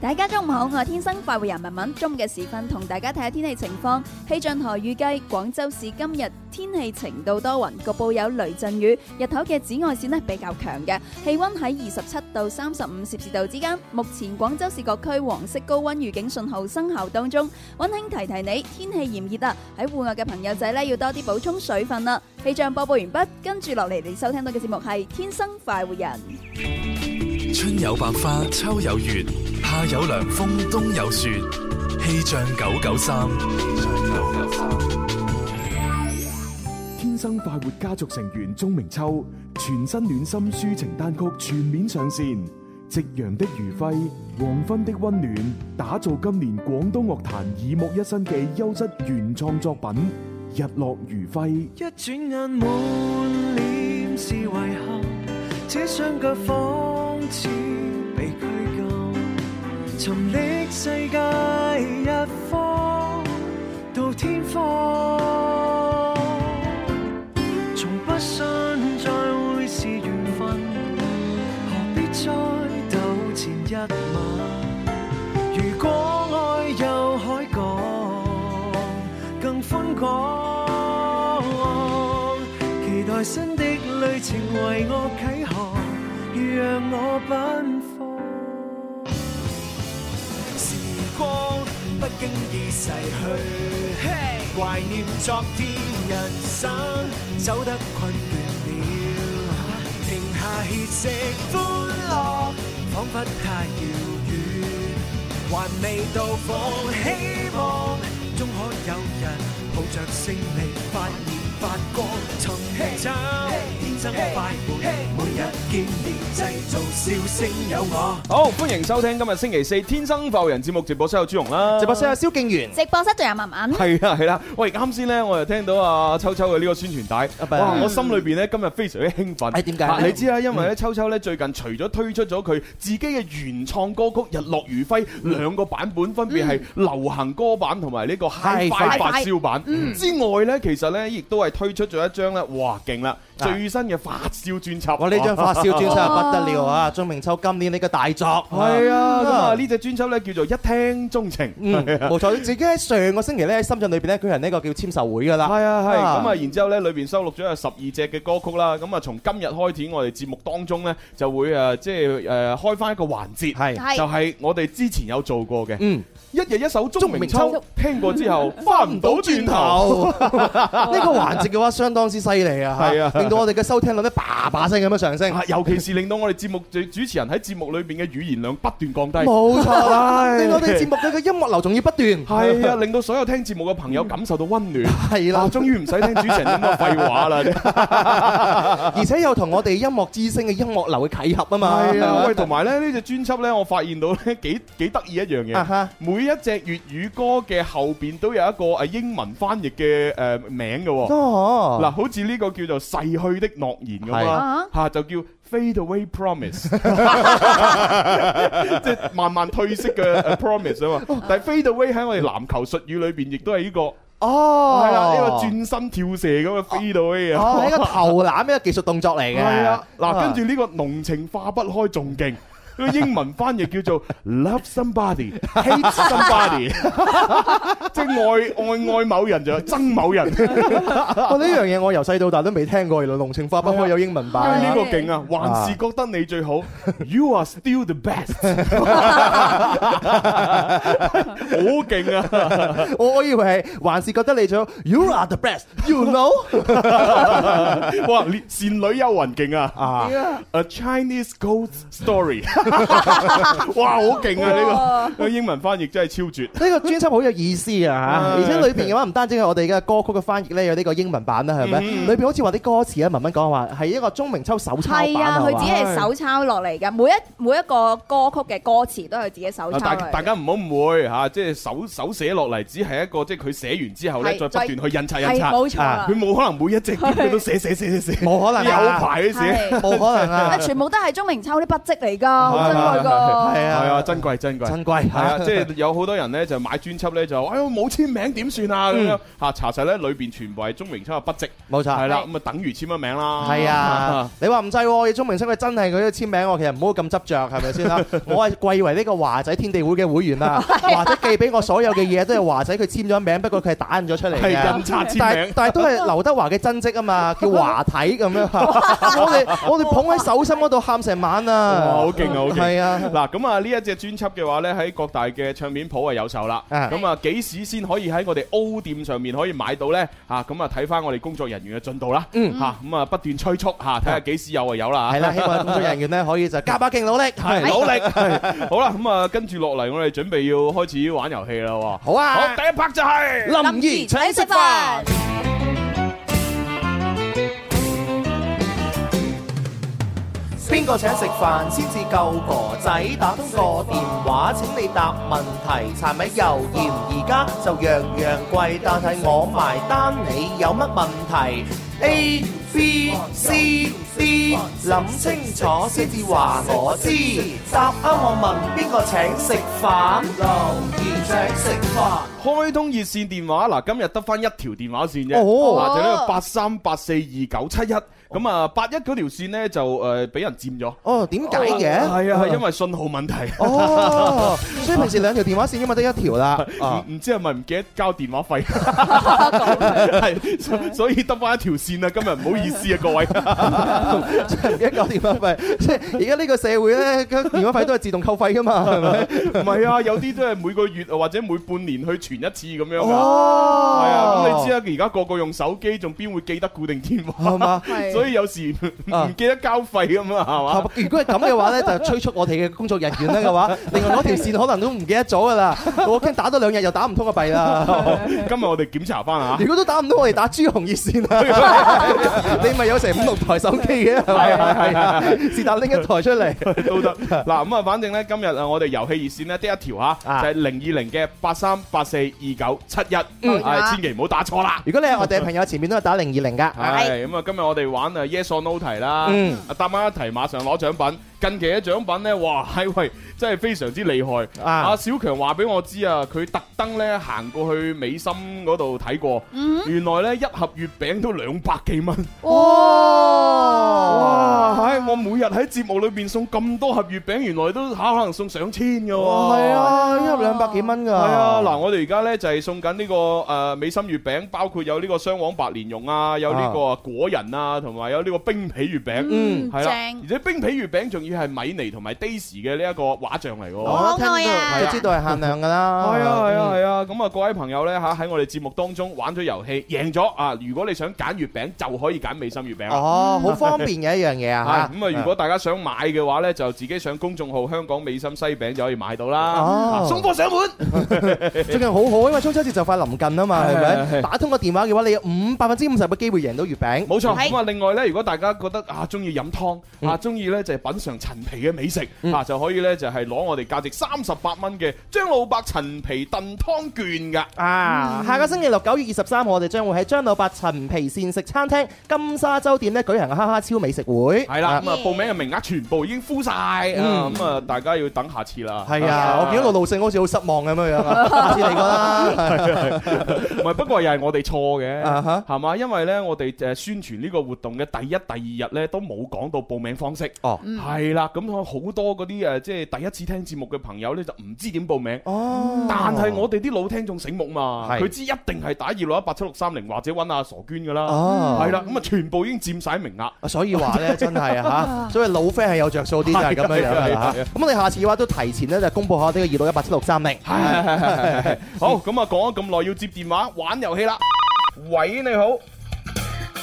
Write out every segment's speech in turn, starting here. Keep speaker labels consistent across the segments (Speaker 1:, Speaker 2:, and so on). Speaker 1: 大家中午好，我係天生快活人文文。中午嘅時分，同大家睇下天氣情況。氣象台預計廣州市今日天氣晴到多雲，局部有雷陣雨。日頭嘅紫外線呢比較強嘅，氣温喺二十七到三十五攝氏度之間。目前廣州市各區黃色高温預警信號生效當中。温馨提提你，天氣炎熱啊，喺戶外嘅朋友仔呢要多啲補充水分啦。氣象播報完畢，跟住落嚟你收聽到嘅節目係《天生快活人》。
Speaker 2: 春有百花，秋有月，夏有涼風，冬有雪。氣象九九三，
Speaker 3: 天生快活家族成員鍾明秋全新暖心抒情單曲全面上線，夕陽的餘暉，黃昏的溫暖，打造今年廣東樂壇耳目一新嘅優質原創作品《日落餘暉》。
Speaker 4: 一轉眼滿臉是遺憾，這雙腳仿似被拘禁，沉溺世界一方到天荒，從不信再會是緣分，何必再糾纏一晚？如果愛有海港。更寬廣。期待新的旅程為我啟航，讓我奔放。
Speaker 5: 時光不經意逝去，懷念昨天，人生走得困倦了，停下歇息，歡樂彷彿太遙遠，還未到訪，希望終可有人抱着勝利發現發光，尋找天生快活，每日見面製造笑聲有我。
Speaker 6: 好，歡迎收聽今日星期四《天生浮人》節目，直播室有朱紅啦，直播室有蕭敬元。
Speaker 1: 直播室仲有文文。
Speaker 6: 係啊啦係啦，喂，啱先咧，我又聽到阿秋秋嘅呢個宣傳
Speaker 7: 啊
Speaker 6: 帶，哇！我心裏邊咧今日非常之興奮。係點
Speaker 7: 嗯哎解啊
Speaker 6: 你知啊啦，因為咧秋秋咧最近除咗推出咗佢自己嘅原創歌曲《日落餘暉》兩個版本，分別係流行歌版同埋呢個
Speaker 7: 嗯
Speaker 6: Hi-Fi
Speaker 7: Hi-Fi
Speaker 6: 發燒版
Speaker 7: 嗯
Speaker 6: 之外咧，其實咧亦都係推出咗一張咧，哇勁啦！
Speaker 7: 啊
Speaker 6: 最新嘅發燒專輯，
Speaker 7: 哇！呢張發燒專輯不得了啊！鍾明秋今年呢個大作，
Speaker 6: 係啊，咁啊呢只專輯咧叫做《一聽鐘情》，
Speaker 7: 嗯，冇錯，自己喺上個星期咧喺深圳裏邊咧舉行呢個叫簽售會㗎啦。
Speaker 6: 係啊係，咁啊，然之後咧，裏邊收錄咗有十二隻嘅歌曲啦。咁啊，從今日開始，我哋節目當中咧就會誒，即係誒開翻一個環節，
Speaker 7: 係
Speaker 6: 就係我哋之前有做過嘅，
Speaker 7: 嗯，
Speaker 6: 一日一首鐘明
Speaker 7: 鐘明
Speaker 6: 秋
Speaker 7: 秋，
Speaker 6: 聽過之後翻唔到轉頭，
Speaker 7: 呢個環節嘅話相當之犀利啊！
Speaker 6: 係啊
Speaker 7: 令到我哋嘅收聽率咧叭叭聲咁樣上升
Speaker 6: 啊。尤其是令到我哋節目主主持人喺節目裏邊嘅語言量不斷降低，
Speaker 7: 冇錯啦，
Speaker 6: 唉
Speaker 7: 令我哋節目嘅音樂流仲要不斷。
Speaker 6: 係啊，令到所有聽節目嘅朋友感受到温暖。
Speaker 7: 係啦
Speaker 6: 啊，終於唔使聽主持人咁多廢話啦。
Speaker 7: 而且又同我哋音樂之聲嘅音樂流嘅契合啊嘛。
Speaker 6: 係
Speaker 7: 係
Speaker 6: 啊，
Speaker 7: 嘛
Speaker 6: 喂，同埋咧呢只專輯咧，我發現到咧幾幾得意一樣
Speaker 7: 啊
Speaker 6: 嘢
Speaker 7: 哈，
Speaker 6: 每一隻粵語歌嘅後邊都有一個誒英文翻譯嘅誒名嘅喎。
Speaker 7: 哦，
Speaker 6: 嗱，好似呢個叫做逝去的諾言咁
Speaker 7: 係
Speaker 1: 啊
Speaker 6: 啊，嚇就叫 Fade Away Promise，即係慢慢褪色嘅誒 Promise 啊嘛。但係 Fade Away 喺我哋籃球術語裏邊，亦都係呢個
Speaker 7: 哦，
Speaker 6: 係啦，呢個轉身跳射咁嘅 Fade Away 啊。
Speaker 7: 哦，係一個投籃一個技術動作嚟嘅。
Speaker 6: 係啊， 嗱，跟住呢個濃情化不開仲勁。呢個英文翻譯叫做 love somebody hate somebody，即係愛愛愛某人就憎某人，呢
Speaker 7: 哇！呢樣嘢我由細到大都未聽過，原來濃情化不可有英文版。
Speaker 6: 個勁啊！還是覺得你最 好，you are still the best，好勁啊！
Speaker 7: 我我以為係還是覺得你最好，You are the best，you know
Speaker 6: 哇，烈倩女幽魂勁啊！
Speaker 7: 啊！
Speaker 6: A Chinese Ghost Story，哇，好勁啊！呢個呢個英文翻譯真係超絕。
Speaker 7: 呢個專輯好有意思啊
Speaker 6: 唉
Speaker 7: 嚇，而且裏邊嘅話唔單止係我哋嘅歌曲嘅翻譯咧，有呢個英文版啦，係咪？裏邊好似話啲歌詞咧，文文講話係一個鐘明秋手抄版
Speaker 1: 係啊，
Speaker 7: 係
Speaker 1: 佢只
Speaker 7: 嘛
Speaker 1: 係手抄落嚟嘅，每一每一個歌曲嘅歌詞都係自己手
Speaker 6: 啊！
Speaker 1: 抄
Speaker 6: 大
Speaker 1: 落嚟
Speaker 6: 大家唔好誤會嚇，即係手手寫落嚟，只係一個即係佢寫完之後咧，
Speaker 1: 係
Speaker 6: 再不斷
Speaker 1: 再
Speaker 6: 去印刷
Speaker 1: 係
Speaker 6: 印刷。啊
Speaker 1: 冇錯啦
Speaker 6: 佢冇可能每 一隻佢都寫寫寫寫寫，
Speaker 7: 冇可能
Speaker 6: 有
Speaker 7: 啊
Speaker 6: 排去寫。
Speaker 1: 係
Speaker 7: 冇可能
Speaker 1: 啊
Speaker 7: 啊！
Speaker 1: 全部都係鐘明秋啲筆跡嚟㗎，好珍貴㗎。
Speaker 7: 係啊
Speaker 6: 係啊，啊，珍貴珍貴。
Speaker 7: 珍貴
Speaker 6: 係啊，
Speaker 7: 嚇
Speaker 6: 即係有好多人咧就買專輯咧就話，哎呦冇簽名點算
Speaker 7: 嗯
Speaker 6: 啊咁樣嚇，查實咧裏邊全部係鍾明秋嘅筆跡，
Speaker 7: 冇錯
Speaker 6: 係啦，咁啊等於簽咗名啦，
Speaker 7: 係啊，你話唔制喎？要鍾明生佢真係佢都簽名喎，其實唔好咁執着，係咪先 啦？我係貴為呢個華仔天地會嘅會員 啦，華仔寄俾我所有嘅嘢都係華仔佢簽咗名，不過佢係啊打印咗出嚟
Speaker 6: 係
Speaker 7: 嘅
Speaker 6: 印。刷簽
Speaker 7: 但係
Speaker 6: 名。
Speaker 7: 但係都係劉德華嘅真跡啊嘛，叫華體 咁樣。我哋我哋捧喺手心嗰度喊成晚
Speaker 6: 哇，
Speaker 7: 啊！
Speaker 6: 好勁啊，好勁！
Speaker 7: 係啊！
Speaker 6: 嗱，咁啊呢一隻專輯嘅話咧，喺各大嘅唱片鋪啊有售啦。
Speaker 7: 啊
Speaker 6: 咁啊，幾時先可以喺我哋 O 店上面可以買到咧？嚇，咁啊睇翻我哋工作人員嘅進度啦。
Speaker 7: 嗯
Speaker 6: 嚇，咁啊不斷催促嚇，睇下幾時有啊有啦。
Speaker 7: 係
Speaker 6: 嚇
Speaker 7: 啦，希望工作人員咧可以就加把勁努力。 係
Speaker 6: 努力。 好啦，咁啊跟住落嚟，我哋準備要開始玩遊戲啦喎。
Speaker 7: 好啊
Speaker 6: 好，第一拍就係。
Speaker 7: 林怡請食飯。邊個請食飯先至夠哥仔？打通個電話請你答問題，柴米油鹽而家就樣樣貴，但係我埋單，你有乜問題？A B C D，諗清楚先至話我知。答啱我問邊個請食飯？留言請食飯。
Speaker 6: 開通熱線電話嗱，今日得翻一條電話線啫，
Speaker 7: 哦
Speaker 6: 啊就呢個八三八四二九七一，咁啊八一嗰條線呢，就誒俾人佔咗，
Speaker 7: 哦，點解嘅？
Speaker 6: 係啊，係因為信號問題，
Speaker 7: 哦，所以平時兩條電話線因為得一條啦。 啊
Speaker 6: 唔唔知係咪唔記得交電話 費，係所所以得翻一條線啦，今日唔好意思啊 各位，
Speaker 7: 真係唔記得交電話費， 即係而家呢個社會咧，交電話費都係自動扣費噶嘛，係咪？
Speaker 6: 唔係啊，有啲都係每個月或者每半年去傳一次咁樣㗎，
Speaker 7: 哦
Speaker 6: 係啊，咁你知啦，而家個個用手機，仲邊會記得固定電
Speaker 7: 係
Speaker 6: 話？
Speaker 7: 嘛？
Speaker 8: 係
Speaker 6: 所以有時唔唔記得交費咁啊，係嘛？
Speaker 7: 啊如果係咁嘅話咧，就催促我哋嘅工作人員咧嘅話，另外嗰條線可能都唔記得咗噶啦，我驚打多兩日又打唔通個 幣啦。
Speaker 6: 今日我哋檢查翻 啊。
Speaker 7: 如果都打唔通，我哋打朱紅熱線 啦。你咪有成五六台手機嘅，係咪？係啊，是但拎一台出嚟。
Speaker 6: 都 得嗱咁啊，反正咧今日啊，我哋遊戲熱線咧得一條吓，
Speaker 7: 啊
Speaker 6: 就係零二零嘅八三八四二九七一，
Speaker 8: 嗯
Speaker 6: 係千祈唔好打錯啦。
Speaker 7: 如果你係我哋嘅朋友，前面都係打零二零噶。
Speaker 6: 係咁啊，今日我哋玩啊 Yes or No 題啦
Speaker 7: 嗯，
Speaker 6: 啊答啱一題馬上攞獎品。近期嘅獎品咧，哇，係喂，真係非常之厲害。
Speaker 7: 啊
Speaker 6: 阿小強話俾我知啊，佢特登咧行過去美心嗰度睇過，原來咧一盒月餅都兩百幾蚊。哇！唉，我每日喺節目裏邊送咁多盒月餅，原來都嚇可能送上千嘅喎。
Speaker 7: 係啊，一盒兩百幾蚊㗎。係
Speaker 6: 係啊，嗱，我哋而家咧就係送緊呢個誒美心月餅，包括有呢個雙黃白蓮蓉啊，有呢個果仁啊，同埋有呢個冰皮月餅。
Speaker 7: 嗯
Speaker 6: 係啦，
Speaker 8: 正
Speaker 6: 而且冰皮月餅仲要係米妮同埋 Daisy 嘅呢一個畫像嚟
Speaker 7: 我
Speaker 6: 嘅。
Speaker 7: 哦一聽
Speaker 1: 可愛啊
Speaker 7: 到就知道係限量㗎啦。
Speaker 6: 係啊係啊係啊！咁啊，各位朋友咧嚇喺我哋節目當中玩咗遊戲，贏咗啊！如果你想揀月餅，就可以揀美心月餅啦。
Speaker 7: 哦，好方便嘅一樣嘢啊
Speaker 6: 係咁啊！如果大家想買嘅話呢，就自己上公眾號香港美心西餅就可以買到啦。
Speaker 7: 哦
Speaker 6: 啊送貨上門，
Speaker 7: 嚇最近好好，因為中秋節就快臨近啊嘛，係
Speaker 6: 係係係
Speaker 7: 咪？打通個電話嘅話，你有五百分之五十嘅機會贏到月餅。
Speaker 6: 冇錯。
Speaker 1: 係
Speaker 6: 咁啊，另外呢，如果大家覺得啊中意飲湯
Speaker 7: 嗯
Speaker 6: 啊，中意呢就係品嚐陳皮嘅美食啊，就可以呢就係攞我哋價值三十八蚊嘅張老伯陳皮燉湯券㗎。
Speaker 7: 啊！下個星期六九月二十三號，我哋將會喺張老伯陳皮膳食餐廳金沙洲店咧舉行哈哈超美食會。
Speaker 6: 係啦，
Speaker 7: 啊。嗯
Speaker 6: 咁啊報名嘅名額全部已經敷晒啊！咁啊，大家要等下次啦。
Speaker 7: 係啊，我見到路路勝好似好失望咁樣樣啊，下次嚟過啦。
Speaker 6: 唔係，不過又係我哋錯嘅，
Speaker 7: 啊哈
Speaker 6: 係嘛？因為咧，我哋誒宣傳呢個活動嘅第一、第二日咧，都冇講到報名方式。
Speaker 7: 哦
Speaker 6: 係啦，咁我好多嗰啲誒，即係第一次聽節目嘅朋友咧，就唔知點報名。
Speaker 7: 哦
Speaker 6: 但係我哋啲老聽眾醒目嘛，
Speaker 7: 係
Speaker 6: 佢知一定係打二六一八七六三零或者揾阿傻娟噶啦。
Speaker 7: 哦
Speaker 6: 係啦，咁啊全部已經佔晒名額。
Speaker 7: 啊所以話咧，真係 啊嚇，所以老 friend 係有着數啲，就係咁樣樣
Speaker 6: 係
Speaker 7: 啦
Speaker 6: 啊係
Speaker 7: 嚇
Speaker 6: 啊。
Speaker 7: 咁我哋下次嘅話都提前咧就公佈下呢個二六一八七六三零。
Speaker 6: 係係係係係好，咁啊講咗咁耐，要接電話玩遊戲啦。喂，你好。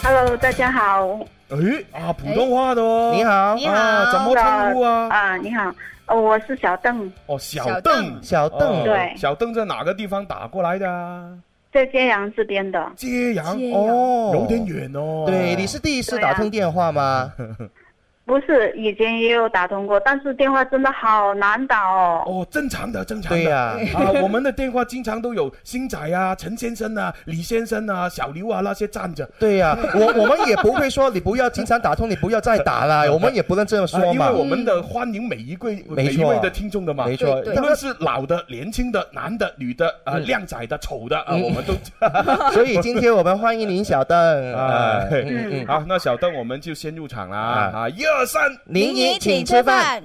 Speaker 9: Hello，大家好。
Speaker 6: 誒啊，普通話的哦
Speaker 7: 你好，
Speaker 1: 你好
Speaker 6: 啊，怎麼稱呼啊？
Speaker 9: 啊，你好，哦，我是小邓，
Speaker 6: 哦，小
Speaker 8: 小
Speaker 6: 邓
Speaker 8: 邓，
Speaker 7: 小邓
Speaker 6: 哦
Speaker 9: 对
Speaker 6: 小邓在哪个地方打过来的啊？
Speaker 9: 在揭阳这边的。
Speaker 6: 揭阳，
Speaker 8: 揭阳
Speaker 6: 哦，
Speaker 7: 哦
Speaker 6: 有点远哦。
Speaker 7: 对，你是第一次
Speaker 9: 对 啊
Speaker 7: 打通电话吗？
Speaker 9: 不是，以前也有打通过，但是电话真的好难打哦。
Speaker 6: 哦，正常的，正常的。
Speaker 7: 对呀、
Speaker 6: 啊，我们的电话经常都有星仔啊、陈先生啊、李先生啊、小刘啊那些站着。
Speaker 7: 对呀、我我们也不会说你不要经常打通，你不要再打 了，我们也不能这样
Speaker 6: 啊
Speaker 7: 说
Speaker 6: 因
Speaker 7: 嘛
Speaker 6: 为。我们的欢迎每一位
Speaker 7: 没错
Speaker 6: 每一位的听众的嘛，
Speaker 7: 没错
Speaker 6: 无
Speaker 1: 对
Speaker 6: 论是老的、年轻的、男的、女的、啊
Speaker 7: 嗯
Speaker 6: 靓仔的、丑的啊，
Speaker 7: 嗯
Speaker 6: 我们都
Speaker 7: 所以今天我们欢迎林小邓啊
Speaker 6: 哎，
Speaker 7: 嗯嗯，
Speaker 6: 好。那小邓我们就先入场啦
Speaker 7: 啊
Speaker 6: 啊，一二三，
Speaker 7: 林姨请吃饭，，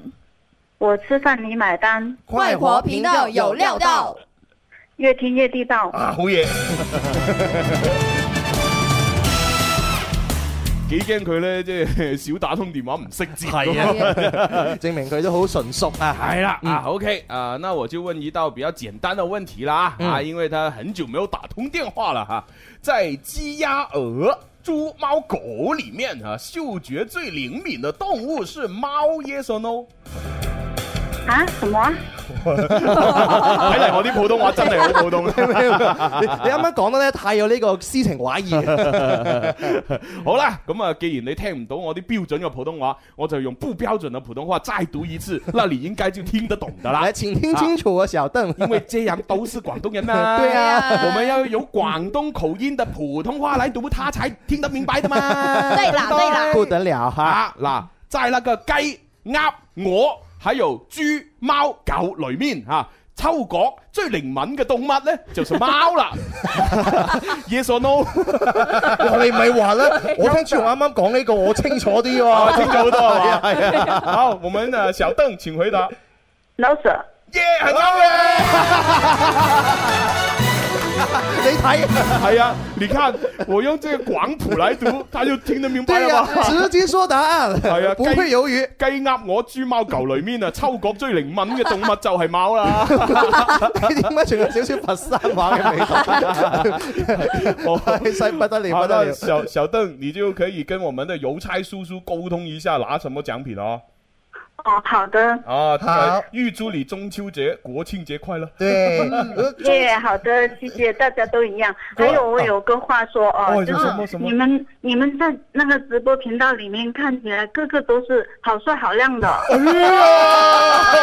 Speaker 9: 我吃饭你买单，
Speaker 1: 快活频道有料 到。
Speaker 9: 越听越地道。
Speaker 6: 啊，好 嘢！
Speaker 10: 幾驚佢咧，即係少打通電話唔識接。
Speaker 7: 系啊，证明佢都好纯熟啊。
Speaker 6: 哎啦
Speaker 7: 嗯
Speaker 6: 啊，OK 啊，那我就问一道比较简单的问题啦啊，
Speaker 7: 嗯
Speaker 6: 因为他很久没有打通电话了哈，在鸡、鸭、鹅、猪、猫、狗里面啊，嗅觉最灵敏的动物是猫，yes or no？
Speaker 9: 啊？什么啊？
Speaker 10: 睇嚟我啲普通話真係好普通。
Speaker 6: 啊
Speaker 7: 你你啱啱講得咧太有呢個詩情畫意，
Speaker 6: 好啦，咁啊，既然你聽唔到我啲標準嘅普通話，我就用不標準嘅普通話再讀一次，那你應該就聽得懂的啦
Speaker 7: 嚟。前聽清楚啊，小鄧。
Speaker 6: 因為這樣都是廣東人 嘛，
Speaker 7: 對
Speaker 1: 啊
Speaker 6: 我們要有廣東口音的普通話來讀，他才聽得明白的嘛。
Speaker 1: 對啦對啦
Speaker 7: 不得了哈！
Speaker 6: 啊，嗱，在那個雞、鴨、鵝，還有豬、貓、狗裏面啊，秋果最靈敏嘅動物呢，就是貓 啦。yes or no？
Speaker 7: 啊你咪話咧， 我聽朱紅啱啱講呢個，我清楚啲
Speaker 6: 啊，
Speaker 7: 喎。
Speaker 6: 清楚好多 係嘛？系啊，好，我們啊，小鄧請回答。
Speaker 9: 老舍，
Speaker 6: 耶，很好耶！
Speaker 7: 你睇，
Speaker 6: 哎呀，你看我用這個廣普來讀，他就聽得明白
Speaker 7: 對
Speaker 6: 了
Speaker 7: 呀
Speaker 6: 吧？，
Speaker 7: 直接說答 案，
Speaker 6: 係啊
Speaker 7: 不會猶 豫。
Speaker 6: 雞鴨鵝豬貓狗裏面啊，秋角最靈敏嘅動物就係 貓啦。
Speaker 7: 你點解仲有少少佛山話嘅味 道？ 係犀不得了，
Speaker 6: 好
Speaker 7: 不得
Speaker 6: 的，
Speaker 7: 了。
Speaker 6: 小小鄧，你就可以跟我們的郵差叔叔溝通一下，拿什麼獎品哦。
Speaker 9: 哦，好的，
Speaker 6: 啊，
Speaker 7: 好
Speaker 6: 呃預祝你中秋節、國慶節 快樂。
Speaker 7: 對，
Speaker 6: 呃
Speaker 9: 耶、好的，谢谢，大家都一样。还有我有个话说哦，
Speaker 6: 啊哦
Speaker 9: 就
Speaker 6: 有什么什
Speaker 9: 是
Speaker 6: 么
Speaker 9: 你们你们在那个直播频道里面看起来个个都是好帅好靓的。
Speaker 6: 哦哇，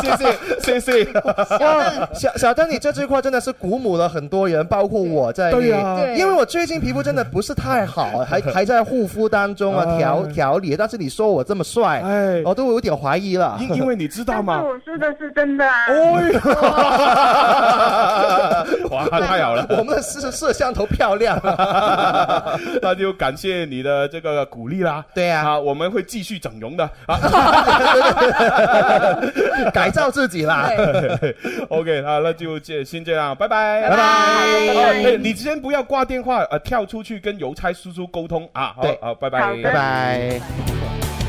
Speaker 6: 謝謝謝謝。
Speaker 7: 哇，小小丹，你这句话真的是鼓舞了很多人，包括我在内。
Speaker 6: 对啊
Speaker 1: 对
Speaker 7: 因为我最近皮肤真的不是太 好，还还在护肤当中啊，调调理。但是你说我这么帅，
Speaker 6: 哎
Speaker 7: 我都有点怀疑了。
Speaker 6: 因因为你知道
Speaker 9: 但
Speaker 6: 嘛
Speaker 9: 是，我说的是真的啊。
Speaker 6: 哦哇，啊太好了。
Speaker 7: 我们的摄摄像头漂亮。
Speaker 6: 那就感谢你的这个鼓励啦。
Speaker 7: 对啊
Speaker 6: 啊，我们会继续整容的啊。
Speaker 7: 改造自己啦。
Speaker 6: OK，啊，那就这先这样，拜拜，
Speaker 1: 拜拜
Speaker 6: 哦
Speaker 9: 拜拜
Speaker 6: 哎你先不要挂电话，呃，跳出去跟邮差叔叔沟通啊。好
Speaker 7: 对
Speaker 6: 啊，拜
Speaker 9: 好
Speaker 6: 拜
Speaker 9: 的
Speaker 7: 拜。拜。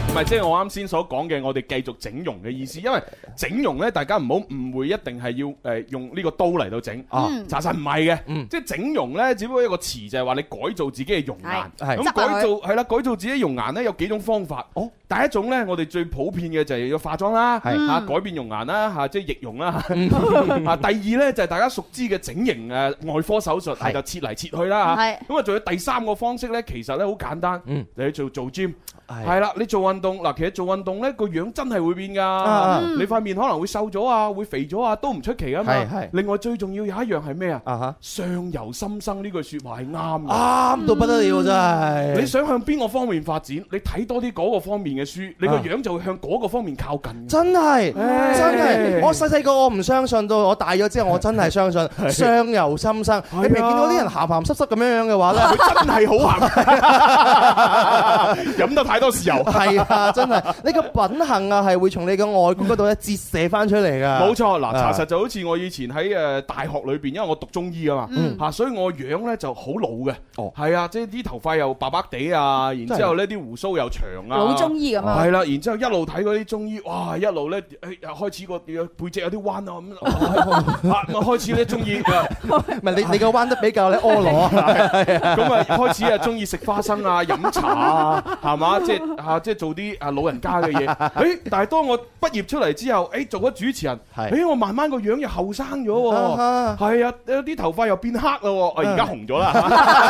Speaker 6: 唔係，即係我啱先所講嘅，我哋繼續整容嘅意思，因為整容咧，大家唔好誤會，一定係要誒、呃用呢個刀嚟到整。
Speaker 7: 哦，
Speaker 1: 嗯
Speaker 6: 查實唔係嘅，
Speaker 7: 嗯
Speaker 6: 即係整容咧，只不過一個詞就係話你改造自己嘅容顏。
Speaker 7: 係係
Speaker 6: 咁
Speaker 1: 執下佢
Speaker 6: 改造係啦，改造自己容顏咧有幾種方法。
Speaker 7: 哦，
Speaker 6: 第一種咧，我哋最普遍嘅就係要化妝啦，
Speaker 7: 係嗯
Speaker 6: 嚇
Speaker 1: 嗯
Speaker 6: 改變容顏啦，嚇即係易容啦。 啊，第二咧就係大家熟知嘅整形誒外科手術，
Speaker 7: 係
Speaker 6: 就切嚟切去啦嚇。
Speaker 1: 係
Speaker 6: 咁啊，仲有第三個方式咧，其實咧好簡單，
Speaker 7: 嗯
Speaker 6: 你去做做 gym。
Speaker 7: 係
Speaker 6: 係啦，你做運動嗱，其實做運動咧個樣真係會變
Speaker 7: 啊
Speaker 6: 㗎，你塊面可能會瘦咗啊，會肥咗啊，都唔出奇啊嘛
Speaker 7: 係係。
Speaker 6: 另外最重要有一樣係咩啊？
Speaker 7: 啊哈，
Speaker 6: 上游心生呢句説話係啱嘅。
Speaker 7: 啱到不得了真啊係
Speaker 6: 你想向邊個方面發展，你睇多啲嗰個方面嘅書，你個
Speaker 7: 啊
Speaker 6: 樣就會向嗰個方面靠近嘅。
Speaker 7: 真係
Speaker 6: 唉
Speaker 7: 真係，我細細個我唔相信，到我大咗之後我真 係哎相信相由心生。你平時見到啲人鹹鹹濕濕咁樣樣嘅 話咧，
Speaker 6: 佢真係好鹹， 飲得太多豉油。
Speaker 7: 係啊，真係你個品行啊係會從你嘅外觀嗰度咧折射翻出嚟噶。
Speaker 6: 冇錯，嗱，
Speaker 7: 啊
Speaker 6: 查實就好似我以前喺誒大學裏邊，因為我讀中醫啊嘛，
Speaker 1: 嗯
Speaker 6: 嚇，所以我樣咧就好老嘅，
Speaker 7: 哦
Speaker 6: 係啊，即係啲頭髮又白白地啊，然之後呢啲胡鬚又長啊，
Speaker 1: 老中醫咁啊
Speaker 6: 係，啦，然之後一路睇嗰啲中醫，哇，一路咧誒又開始個背脊有啲彎啊
Speaker 7: 哦
Speaker 6: 咁，啊咁啊開始咧中意，啊
Speaker 7: 唔係你你個彎得比較咧婀娜，
Speaker 6: 啊咁啊開始啊中意食花生啊、飲茶啊，係嘛，即係嚇即係做啲啲啊老人家嘅 嘢。誒，但係當我畢業出嚟之後，誒做咗主持人，
Speaker 7: 係
Speaker 6: 誒我慢慢個樣又後生咗喎，
Speaker 7: 啊哈
Speaker 6: 係啊，誒啲頭髮又變黑啦喎，啊而家紅咗啦，係啊。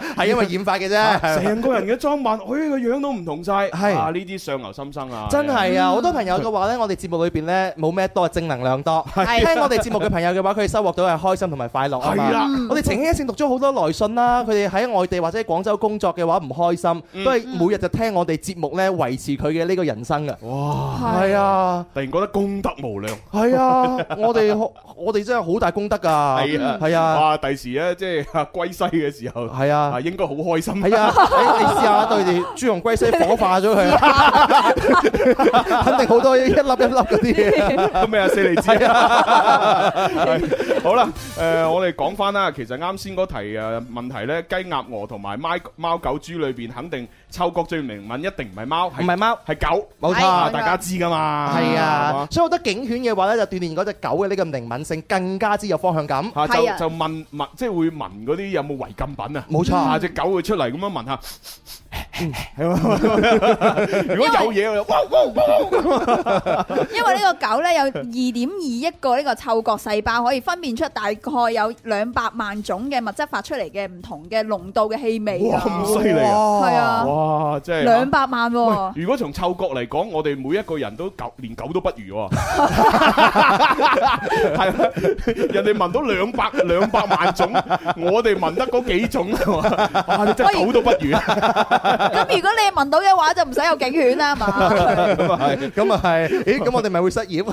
Speaker 7: 係因為染髮嘅啫。
Speaker 6: 成個人嘅裝扮，佢個樣都唔同晒，
Speaker 7: 係
Speaker 6: 啊！呢啲上流心生啊，
Speaker 7: 真係啊！好多朋友嘅話呢，我哋節目裏邊呢冇咩多，係正能 量多。
Speaker 1: 係
Speaker 7: 聽我哋節目嘅朋友嘅話，佢哋收穫到係開心同埋快樂啊嘛
Speaker 6: 係啦
Speaker 7: 我哋情牽一線讀咗好多來信啦，佢哋喺外地或者喺廣州工作嘅話唔開心，都係每日就聽我哋節目呢維持佢嘅呢個人生嘅。
Speaker 1: 係
Speaker 7: 係啊，
Speaker 6: 突然覺得功德無量。
Speaker 7: 係啊，我哋好我哋真係好大功德㗎。
Speaker 6: 係啊
Speaker 7: 係啊，
Speaker 6: 哇！第時咧，即係歸西嘅時候，
Speaker 7: 係啊
Speaker 6: 啊，。應該好開心。
Speaker 7: 係啊，你你試下對住豬紅龜西火化 咗佢，肯定好多一粒一粒嗰啲嘢。
Speaker 6: 咁 咩啊？四厘子啊！好啦，誒，我哋講翻啦。其實啱先嗰題誒問題咧，雞鴨鵝同埋貓貓狗豬裏邊，肯定嗅覺最靈敏，一定唔係貓，
Speaker 7: 唔係貓
Speaker 6: 係狗。
Speaker 7: 冇錯
Speaker 6: 啊大家知噶嘛？
Speaker 7: 係
Speaker 6: 係
Speaker 7: 啊
Speaker 6: 嘛，
Speaker 7: 所以我覺得警犬嘅話咧，就鍛鍊嗰只狗嘅呢個靈敏性，更加之有方向感。
Speaker 6: 嚇就
Speaker 1: 係啊
Speaker 6: 就問問，即係會聞嗰啲有冇違禁品啊？
Speaker 7: 冇錯
Speaker 6: 啊！只狗會出嚟咁樣聞下。如果有嘢，我就哇哇哇
Speaker 1: 因為呢個狗咧有二點二億個呢個嗅覺細胞，可以分辨出大概有兩百萬種嘅物質發出嚟嘅唔同嘅濃度嘅氣味
Speaker 6: 哇
Speaker 1: 㗎，
Speaker 6: 咁犀利啊！
Speaker 1: 係啊，
Speaker 6: 哇！真係
Speaker 1: 兩百萬喎，
Speaker 6: 如果從嗅覺嚟講，我哋每一個人都狗，連狗都不如 喎。係啊人哋聞到兩百兩百萬種，我哋聞得嗰幾種啊！哇你真係狗都不 如啊！
Speaker 1: 咁如果你聞到嘅話，就唔使有警犬 啦係嘛，
Speaker 6: 咁啊係
Speaker 7: 咁啊係，咦？咁我哋咪會失業？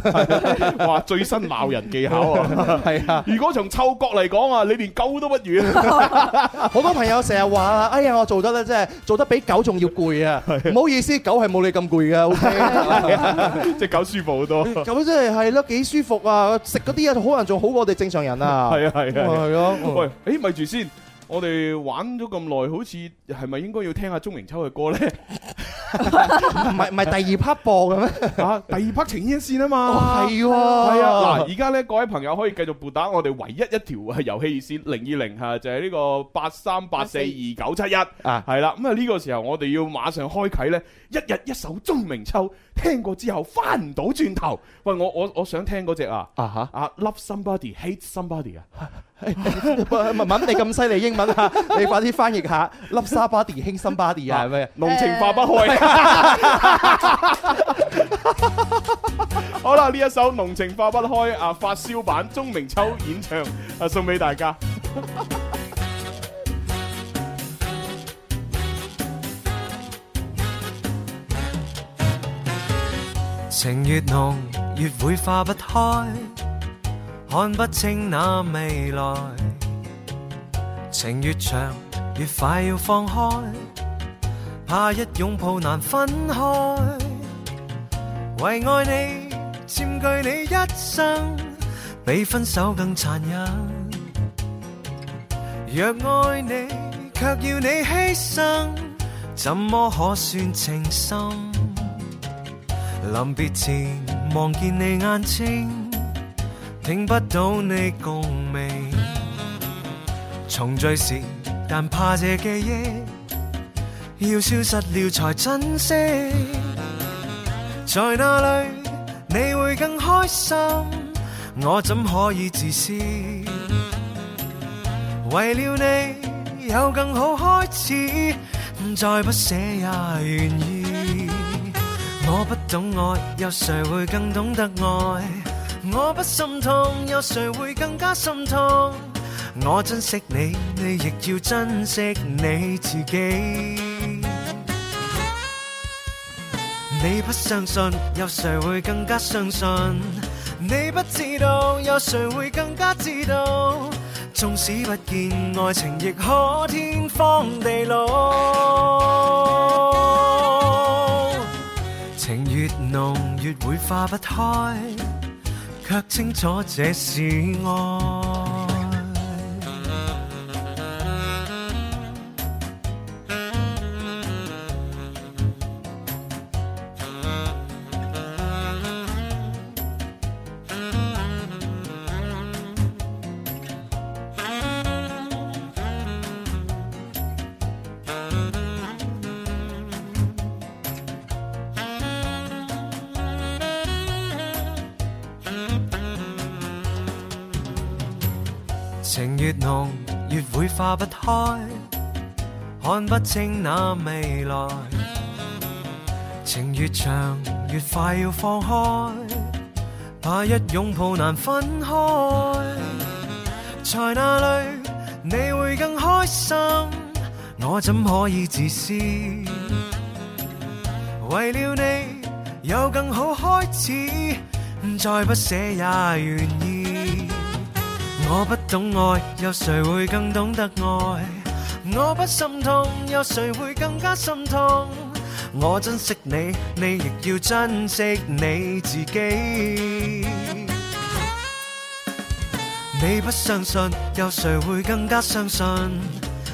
Speaker 6: 哇！最新鬧人技巧啊！
Speaker 7: 係啊，
Speaker 6: 如果從嗅覺嚟講啊，你連狗都不 如啊！
Speaker 7: 好多朋友成日話啊，哎呀，我做得咧，真係做得比狗仲要攰啊！唔好意思，狗係冇你咁攰嘅，OK。
Speaker 6: 只狗舒服好多。
Speaker 7: 咁真係係咯，幾舒服啊！食嗰啲嘢可能仲好過我哋正常人啊。
Speaker 6: 係啊係啊。
Speaker 7: 係咯，嗯
Speaker 6: 喂，誒咪住先，我哋玩咗咁耐，好似係咪應該要聽下鍾明秋嘅歌 咧？
Speaker 7: 唔係唔係第二 part 播嘅咩？
Speaker 6: 啊，第二 part 情牽一線啊嘛，
Speaker 7: 係喎，
Speaker 6: 係
Speaker 7: 係
Speaker 6: 啊，嗱，而家咧各位朋友可以繼續撥打我哋唯一一條係遊戲熱線零二零嚇，就係呢個八三八四二九七一
Speaker 7: 啊
Speaker 6: 係啦。咁啊呢個時候我哋要馬上開啟咧，一日一首鐘明秋，聽過之後翻唔到轉頭。喂，我我我想聽嗰只啊，
Speaker 7: 啊嚇。
Speaker 6: 啊 Love Somebody Hate Somebody 啊，
Speaker 7: 文文，你咁犀利英文啊！你快啲翻譯下，粒沙 body 輕心 body 啊，係咪？
Speaker 6: 濃情化不
Speaker 7: 呃
Speaker 6: 開。好啦，呢一首《濃情化不開》啊，發燒版鐘明秋演唱啊，送俾大家。
Speaker 4: 情越濃，越會化不開，看不清那未來。情越長，越快要放開，怕一擁抱難分開。為愛你，佔據你一生，比分手更殘忍。若愛你，卻要你犧牲，怎麼可算情深？臨別前望見你眼睛，聽不到你共鳴。重聚時，但怕這記憶要消失了才珍惜。在那裏你會更開心，我怎可以自私？為了你有更好開始，再不捨也願意。我不懂愛，有誰會更懂得愛？我不心痛，有誰會更加心痛？我珍惜你，你亦要珍惜你自己。你不相信，有誰會更加相信？你不知道，有誰會更加知道？縱使不見，愛情亦可天荒地老。情越濃，越會化不開，卻清楚這是愛。情越浓越会化不开，看不清那未来。情越长越快要放开，怕一拥抱难分开。在那里你会更开心，我怎可以自私？为了你有更好开始，再不舍也愿意。我不懂愛，有誰會更懂得愛？我不心痛，有誰會更加心痛？我珍惜你，你亦要珍惜你自己。你不相信，有誰會更加相信？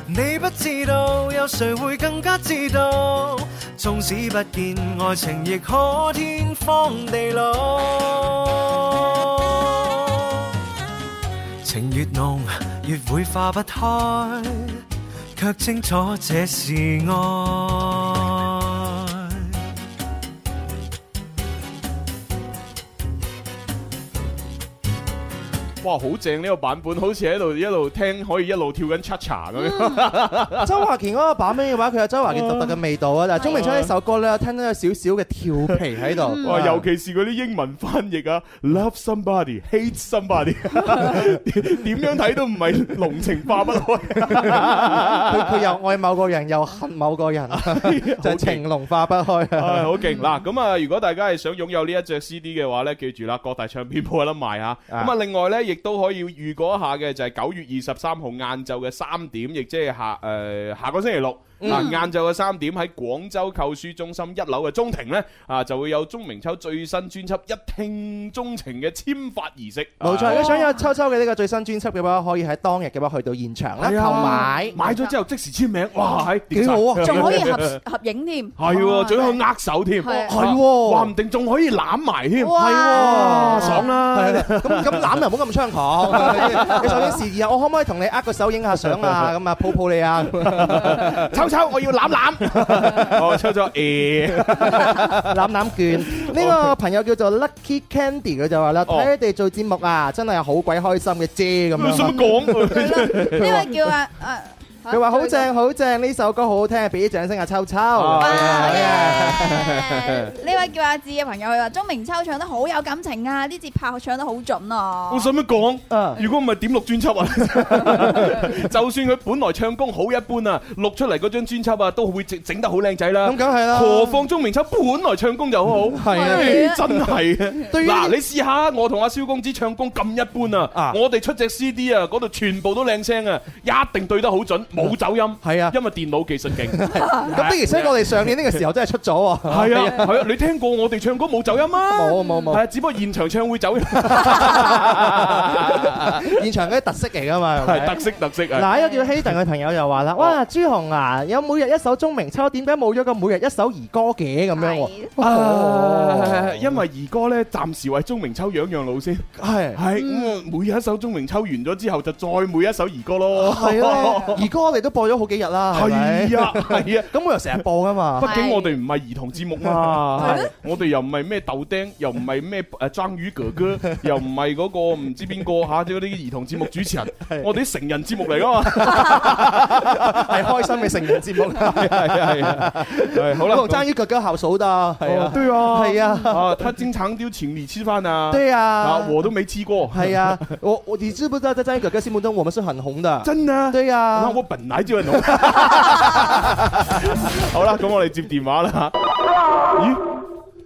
Speaker 4: 你不知道，有誰會更加知道？縱使不見，愛情亦可天荒地老。情越濃越會化不開，卻清楚這是愛。
Speaker 6: 哇，好正呢個版本，好似喺度一路聽，可以一路跳緊 cha cha 咁 樣。
Speaker 7: 周華健嗰個版本嘅話，佢有周華健獨特嘅味道啊！但係鐘明秋呢首歌咧，我聽到有少少嘅跳皮喺度。
Speaker 6: 哇，尤其是嗰啲英文翻譯啊，love somebody, hate somebody，點樣睇都唔係濃情化不開。
Speaker 7: 佢佢又愛某個人，又恨某個 人， 就係情濃化不開啊！
Speaker 6: 唉，好勁嗱！咁啊，如果大家係想擁有呢一隻 CD 嘅話呢，記住啦，各大唱片鋪有得賣嚇。咁啊，另外呢，亦都可以預告一下嘅就係九月二十三號晏晝嘅三點，亦即係下誒下個星期六。啊！晏晝嘅三點喺廣州購書中心一樓嘅中庭呢，啊就會有鐘明秋最新專輯《一聽鐘情》嘅簽發儀式。
Speaker 7: 冇錯，
Speaker 6: 啊
Speaker 7: 如果想有秋秋嘅呢個最新專輯嘅話，可以喺當日嘅話去到現場啦
Speaker 6: 係啊
Speaker 7: 購買。
Speaker 6: 買咗之後即時簽名，哇！係
Speaker 7: 幾好 啊
Speaker 1: 仲可以合合影添，
Speaker 6: 係喎，仲可以握手添，
Speaker 1: 係
Speaker 7: 係喎
Speaker 6: 話唔定仲可以攬埋添，
Speaker 1: 哇
Speaker 6: 係喎，爽啦！
Speaker 7: 啊咁咁攬又唔好咁猖 狂，你首先示意下，啊我可唔可以同你握個手影下相啊？ 咁啊抱抱你啊！
Speaker 6: 秋秋，我要攬攬。哦，秋秋，誒，
Speaker 7: 攬攬券，呢個朋友叫做 Lucky Candy，佢就話啦：
Speaker 6: 哦
Speaker 7: 睇你哋做節目啊，真係好鬼開心嘅啫咁樣
Speaker 6: 使
Speaker 7: 啊。
Speaker 6: 乜講？
Speaker 1: 呢位 叫啊啊，
Speaker 7: 佢話好正好正，呢首歌好好聽，俾啲掌聲啊秋秋。
Speaker 6: 啊
Speaker 1: 哇！
Speaker 7: 係
Speaker 1: 耶呢位叫阿志嘅朋友，佢話鐘明秋唱得好有感情啊，呢節拍唱得好準啊。
Speaker 6: 我使乜講？
Speaker 7: 啊
Speaker 6: 如果唔係點錄專 輯啊？就算佢本來唱功好一般啊，錄出嚟嗰張專輯啊，都會整整得好靚仔啦
Speaker 7: 咁。梗係啦。
Speaker 6: 何況鐘明秋本來唱功就好好，
Speaker 7: 係啊
Speaker 6: 唉真係嘅。
Speaker 7: 對於呢
Speaker 6: 嗱，你試下我同阿蕭公子唱功咁一般啊
Speaker 7: 啊，
Speaker 6: 我哋出隻 CD 啊，嗰度全部都靚聲啊，一定對得好準，冇走音。
Speaker 7: 係啊
Speaker 6: 因為電腦技術勁。
Speaker 7: 咁的而且確，我哋上年呢個時候真係出咗喎。
Speaker 6: 係啊，係啊，你聽過我哋唱歌冇走音啊？
Speaker 7: 冇冇
Speaker 6: 係
Speaker 7: 冇，
Speaker 6: 啊，只不過現場唱會走音，
Speaker 7: 現場嗰啲特色嚟㗎嘛。係咪
Speaker 6: 係特色特色啊！
Speaker 7: 嗱，一個叫 Hayden 嘅朋友又話啦：，哇，朱紅啊，有每日一首鐘明秋，點解冇咗個每日一首兒歌嘅咁樣喎？
Speaker 6: 啊，因為兒歌咧，暫時為鐘明秋養養老先，
Speaker 7: 係
Speaker 6: 係咁啊每一首鐘明秋完咗之後，就再每一首兒歌咯。
Speaker 7: 係咯，兒歌我哋都播咗好幾日啦，係咪？
Speaker 6: 係啊，係啊。
Speaker 7: 咁我又成日播噶嘛。
Speaker 6: 畢竟我哋唔係兒童節目嘛，係我哋又唔係咩豆丁，又唔係咩誒章魚哥 哥，又唔係嗰個唔知邊個嚇，即係嗰啲兒童節目主持 人，我哋啲成人節目嚟噶 嘛，
Speaker 7: 係開心嘅成人節目。
Speaker 6: 係啊係啊，係 好
Speaker 7: 我
Speaker 6: 啦，
Speaker 7: 同章魚哥哥好熟的，係
Speaker 6: 哦
Speaker 7: 啊，
Speaker 6: 对啊，
Speaker 7: 係啊，
Speaker 6: 啊，他经常丢请你吃饭啊，
Speaker 7: 對
Speaker 6: 啊，
Speaker 7: 啊，
Speaker 6: 我都没吃过，
Speaker 7: 係啊，我我你知不知道在章魚哥哥心目中我們是很紅的？
Speaker 6: 真啊，
Speaker 7: 對
Speaker 6: 啊，
Speaker 7: 啊，
Speaker 6: 我本来就 很浓。好啦，咁我哋接电话啦。咦，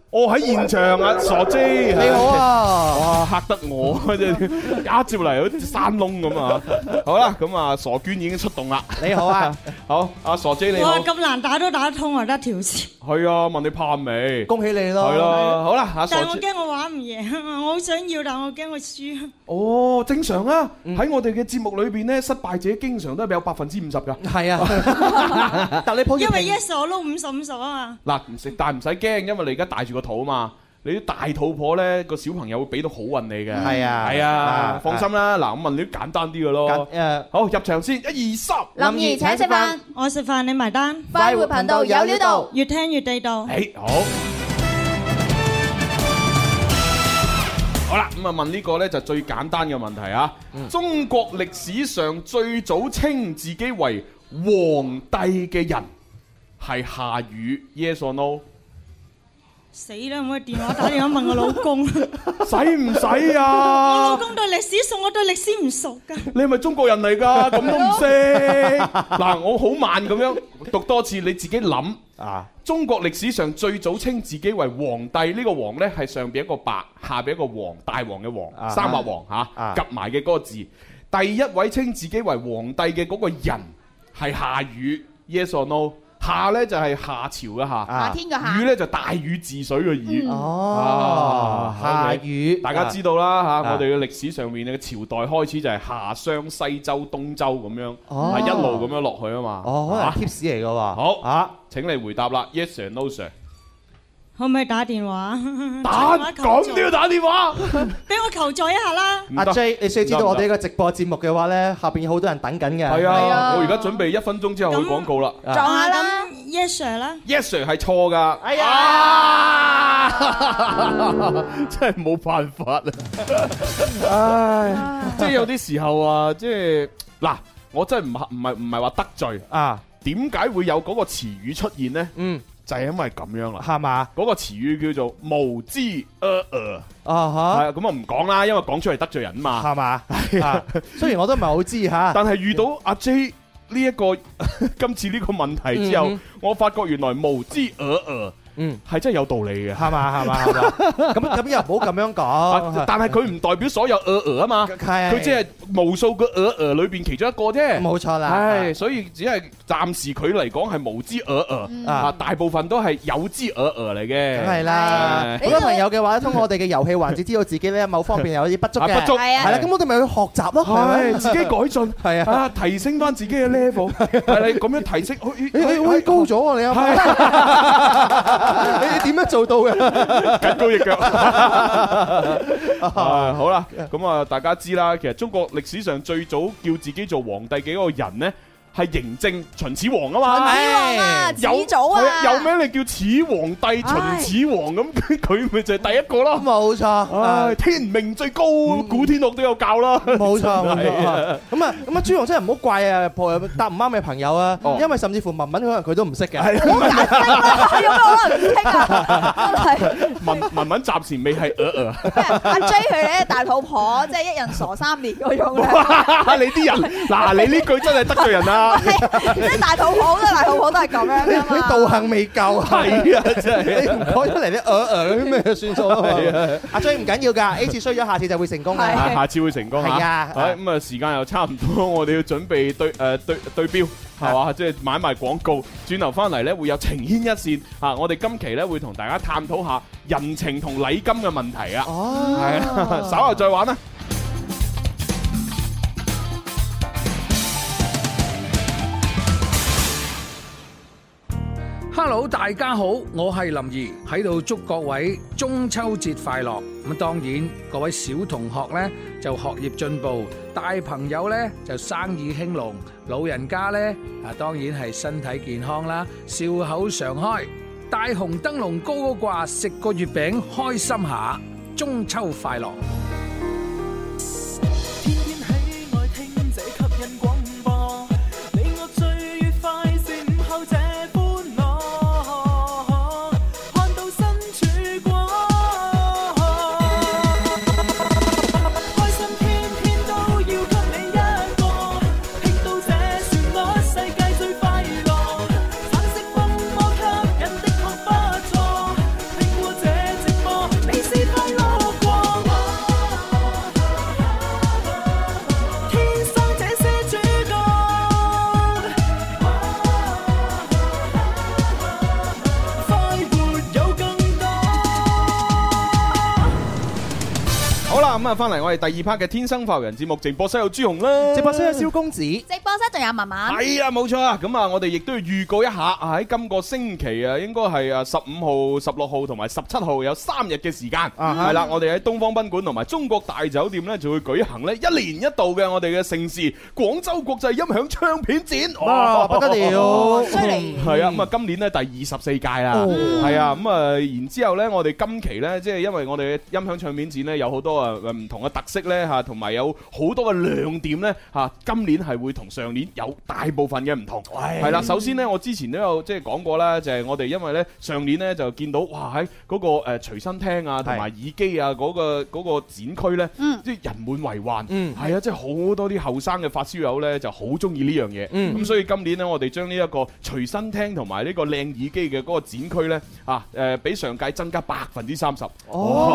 Speaker 6: 我喺现场啊，傻 J，
Speaker 7: 你好，啊，
Speaker 6: 哇，吓得我真係一接嚟好似山窿咁啊！好啦，咁啊，傻娟已经出动啦。
Speaker 7: 你好啊，
Speaker 6: 好，阿傻 J 你
Speaker 11: 哇！
Speaker 6: 好，
Speaker 11: 咁難打都打得通啊，得一條線。
Speaker 6: 系啊，问你怕未？系
Speaker 7: 恭喜你咯，，
Speaker 6: 啦，好啦，阿傻
Speaker 11: 但係我
Speaker 6: J。
Speaker 11: 驚我玩唔 贏啊！我好想要，但我驚我輸。
Speaker 6: 哦，正常啊！喺我哋嘅節目裏邊咧，失敗者經常都係有百分之五十噶。
Speaker 7: 係啊， 但你抱住
Speaker 11: 因為
Speaker 7: 平
Speaker 11: yes 我撈五十五十啊嘛。
Speaker 6: 嗱，唔食但唔使驚，因為你而家大住個肚啊嘛。你啲大肚婆咧，個小朋友會俾到好運你嘅。
Speaker 7: 係啊
Speaker 6: 係啊
Speaker 7: 啊，
Speaker 6: 放心啦。嗱，我問你啲簡單啲嘅咯。
Speaker 7: 誒
Speaker 6: 好，入場先，一二三。
Speaker 1: 林兒請食飯，
Speaker 11: 我食飯你埋單，
Speaker 1: 快活頻道有料到。
Speaker 11: 越聽越地道。
Speaker 6: 誒，好。好啦，咁、啊問呢個呢就最簡單嘅問題啊！
Speaker 7: 嗯
Speaker 6: 中國歷史上最早稱自己為皇帝嘅人係夏禹，yes or no？
Speaker 11: 死啦！唔可以電話打電話問我老公，我
Speaker 10: 使唔使
Speaker 6: Ờ.
Speaker 10: 啊
Speaker 11: 老？公對歷史熟，我對歷史唔熟㗎。
Speaker 6: 你係咪中國人嚟 㗎？咁都唔識嗱，我好慢咁樣讀多次，你自己諗。
Speaker 7: 啊，
Speaker 6: 中國歷史上最早稱自己為皇帝，呢、個皇呢係上邊一個白，下邊一個王，大王嘅
Speaker 7: 啊
Speaker 6: 王，三畫王
Speaker 7: 啊
Speaker 6: 嚇，夾埋嘅嗰個字。第一位稱自己為皇帝嘅嗰個人係夏禹，yes or no？夏呢就係夏朝嘅
Speaker 7: 啊
Speaker 6: 夏，
Speaker 1: 夏天嘅夏
Speaker 6: 禹呢就大禹治水嘅禹。
Speaker 7: 哦，
Speaker 6: 啊
Speaker 7: 下
Speaker 6: OK
Speaker 7: 雨，
Speaker 6: 啊大家知道啦嚇，
Speaker 7: 啊
Speaker 6: 我哋嘅歷史上面嘅朝代開始就係夏商、西周、東周咁樣，
Speaker 7: 哦
Speaker 6: 係一路咁樣落去啊嘛。
Speaker 7: 哦，可能
Speaker 6: 啊
Speaker 7: 係 tips 嚟嘅喎。
Speaker 6: 好
Speaker 7: 啊，
Speaker 6: 請你回答啦，yes or no sir？
Speaker 11: 可唔可以打電 話？
Speaker 6: 打
Speaker 11: 打電話求
Speaker 6: 咁
Speaker 11: 助
Speaker 6: 都要打電話？
Speaker 11: 俾我求助一下啦！
Speaker 6: 唔
Speaker 7: 阿
Speaker 6: 得
Speaker 7: J，你需要知
Speaker 6: 唔
Speaker 7: 道
Speaker 6: 得
Speaker 7: 我哋呢個直播節目嘅話咧，下邊有好多人等緊嘅。
Speaker 6: 系
Speaker 1: 係
Speaker 6: 啊，
Speaker 1: 啊
Speaker 6: 我而家準備一分鐘之後去廣告啦。
Speaker 7: 啊
Speaker 1: 撞
Speaker 11: Ờ,
Speaker 1: 下啦
Speaker 11: 啊，咁 Yes Sir 啦，
Speaker 6: Yes sir 係錯噶，
Speaker 7: 哎呀
Speaker 6: 啊
Speaker 10: 真係冇辦法啊！唉，
Speaker 6: 即係有啲時候啊，即係嗱，我真係唔係唔係唔係話得罪，
Speaker 7: 啊，
Speaker 6: 點解會有嗰個詞語出現呢？
Speaker 7: 嗯，
Speaker 6: 就係因為咁樣啦。
Speaker 7: 係嘛？
Speaker 6: 嗰個詞語叫做無知呃呃，係
Speaker 7: 啊
Speaker 6: 啊，咁啊唔講啦，因為講出嚟得罪人
Speaker 7: 嚇，
Speaker 6: 嘛。
Speaker 7: 係嘛？啊，雖然我都唔係好知嚇。
Speaker 6: 但係遇到阿 J 呢一個 今次呢個問題之後
Speaker 7: 嗯，
Speaker 6: 我發覺原來無知呃呃
Speaker 7: 嗯，
Speaker 6: 係真係有道理嘅。
Speaker 7: 係嘛係嘛係嘛，咁 咁又唔好咁樣
Speaker 6: 啊
Speaker 7: 講，
Speaker 6: 但係佢唔代表所有呃呃啊嘛。
Speaker 7: 係
Speaker 6: 佢即係無數個呃呃裏邊其中一個啫。
Speaker 7: 冇錯啦，
Speaker 6: 唉，所以只係暫時佢嚟講係無知呃呃，
Speaker 1: 嗯
Speaker 6: 啊，大部分都係有知呃呃嚟
Speaker 7: 梗
Speaker 6: 嘅。
Speaker 7: 係啦
Speaker 6: 係。
Speaker 7: 好多朋友嘅話咧，通過我哋嘅遊戲環節，知道自己咧某方面有啲不足
Speaker 6: 啊
Speaker 7: 嘅，
Speaker 6: 不足
Speaker 1: 係啊
Speaker 7: 係啦，咁我哋咪去學習咯，係咪
Speaker 6: 係自己改進，
Speaker 7: 係啊
Speaker 6: 啊，提升翻自己 嘅 level，係你咁樣提升，哎
Speaker 7: 你你 喂哎高咗喎，你啊！ 你你點樣做到嘅？
Speaker 6: 哎緊高翼 腳。啊好啦，咁啊，大家知啦，其實中國歷史上最早叫自己做皇帝嘅嗰個人呢，係嬴政秦始皇啊嘛。
Speaker 1: 啊，始
Speaker 6: 有
Speaker 1: 祖
Speaker 6: 係
Speaker 1: 啊，
Speaker 6: 有咩你叫始皇帝秦始皇咁， 佢咪就係第一個咯。
Speaker 7: 冇錯，啊嗯
Speaker 6: 唉，天命最高，古天樂都有教啦。
Speaker 7: 冇錯，冇
Speaker 6: 真係
Speaker 7: 錯。咁啊，咁啊，朱紅真係唔好怪啊，婆答唔啱嘅朋友啊
Speaker 6: 哦，
Speaker 7: 因為甚至乎文文可能佢都唔識嘅。
Speaker 1: 好難識 啊，有咩可能唔識啊？真係。
Speaker 6: 文文文暫時未係呃
Speaker 1: 阿 J 佢咧大肚婆，即係一人傻三年嗰種 咧，
Speaker 6: 呃，你啲人嗱，你呢句真係得罪人 啊啦。
Speaker 1: 即係大肚婆都大肚婆都係咁樣
Speaker 7: 你
Speaker 1: 噶嘛。
Speaker 7: 你 道行未夠啊！
Speaker 6: 係啊， 真
Speaker 7: 你
Speaker 6: 係。
Speaker 7: 唔講出嚟咧，呃呃咩算數啊嘛？阿追唔緊要㗎，A 次衰咗，下次就會成功 嘅。
Speaker 6: 啊下次會成功嚇
Speaker 7: 哎係啊
Speaker 6: 係咁啊，時間又差唔多，我哋要準 備對誒對對標係
Speaker 7: 啊
Speaker 6: 嘛，即係買埋廣告。轉頭翻嚟咧，會有情牽一線啊！我哋今期咧會同大家探討下人情同禮金嘅問題啊！
Speaker 7: 哦，
Speaker 6: 係啊，稍後再玩啦。
Speaker 12: Hello，大家好，我係林怡，喺度祝各位中秋節快樂。咁當然，各位小同學呢就學業進步，大朋友呢就生意興隆，老人家呢啊當然係身體健康啦，笑口常開，大紅燈籠高高掛，食個月餅開心下，中秋快樂。
Speaker 4: 天天喜愛聽這吸引廣播，你我最愉快是午後這歡樂，看到身曙光，開心天天都要給你一個，聽到這旋律世界最快樂，橙色風波吸引的確不錯，聽過這直播你是快樂過。天生這些主角，快活有更多。
Speaker 6: 好啦，咁啊，翻嚟我哋第二 part 嘅《天生浮人》節目直播室有朱紅啦，
Speaker 7: 直播室有蕭公子，
Speaker 1: 直播室仲有文文，
Speaker 6: 係啊，冇錯啊！咁啊，我哋亦都要預告一下啊，喺今個星期啊，應該係啊十五號、十六號同埋十七號有三日嘅時間，
Speaker 7: 啊
Speaker 6: 係啦，我哋喺東方賓館同埋中國大酒店呢，就會舉行呢一年一度嘅我哋嘅盛事廣州國際音響唱片展，
Speaker 7: 哇，不得！了，
Speaker 1: 犀利。
Speaker 6: 係啊，咁啊，今年呢，第二十四屆啦，
Speaker 7: 哦
Speaker 6: 係啊，咁啊，然之後呢，我哋今期呢，即係因為我哋嘅音響唱片展呢，有好多啊誒唔同嘅特色呢，嚇，同埋有好多嘅亮點呢。嚇，今年係會同上年有大部分嘅唔同。係啦，首先呢，我之前都有即係講過啦，就係我哋因為呢上年呢就見到哇喺嗰個誒隨身聽啊同埋耳機啊嗰個嗰個展區呢，即係人滿為患。係啊，即係好多啲後生嘅發燒友呢就好中意呢樣嘢。咁所以今年呢，我哋將呢一個隨身聽同埋呢個靚耳機嘅嗰個展區呢，啊誒，比上屆增加百分之三十。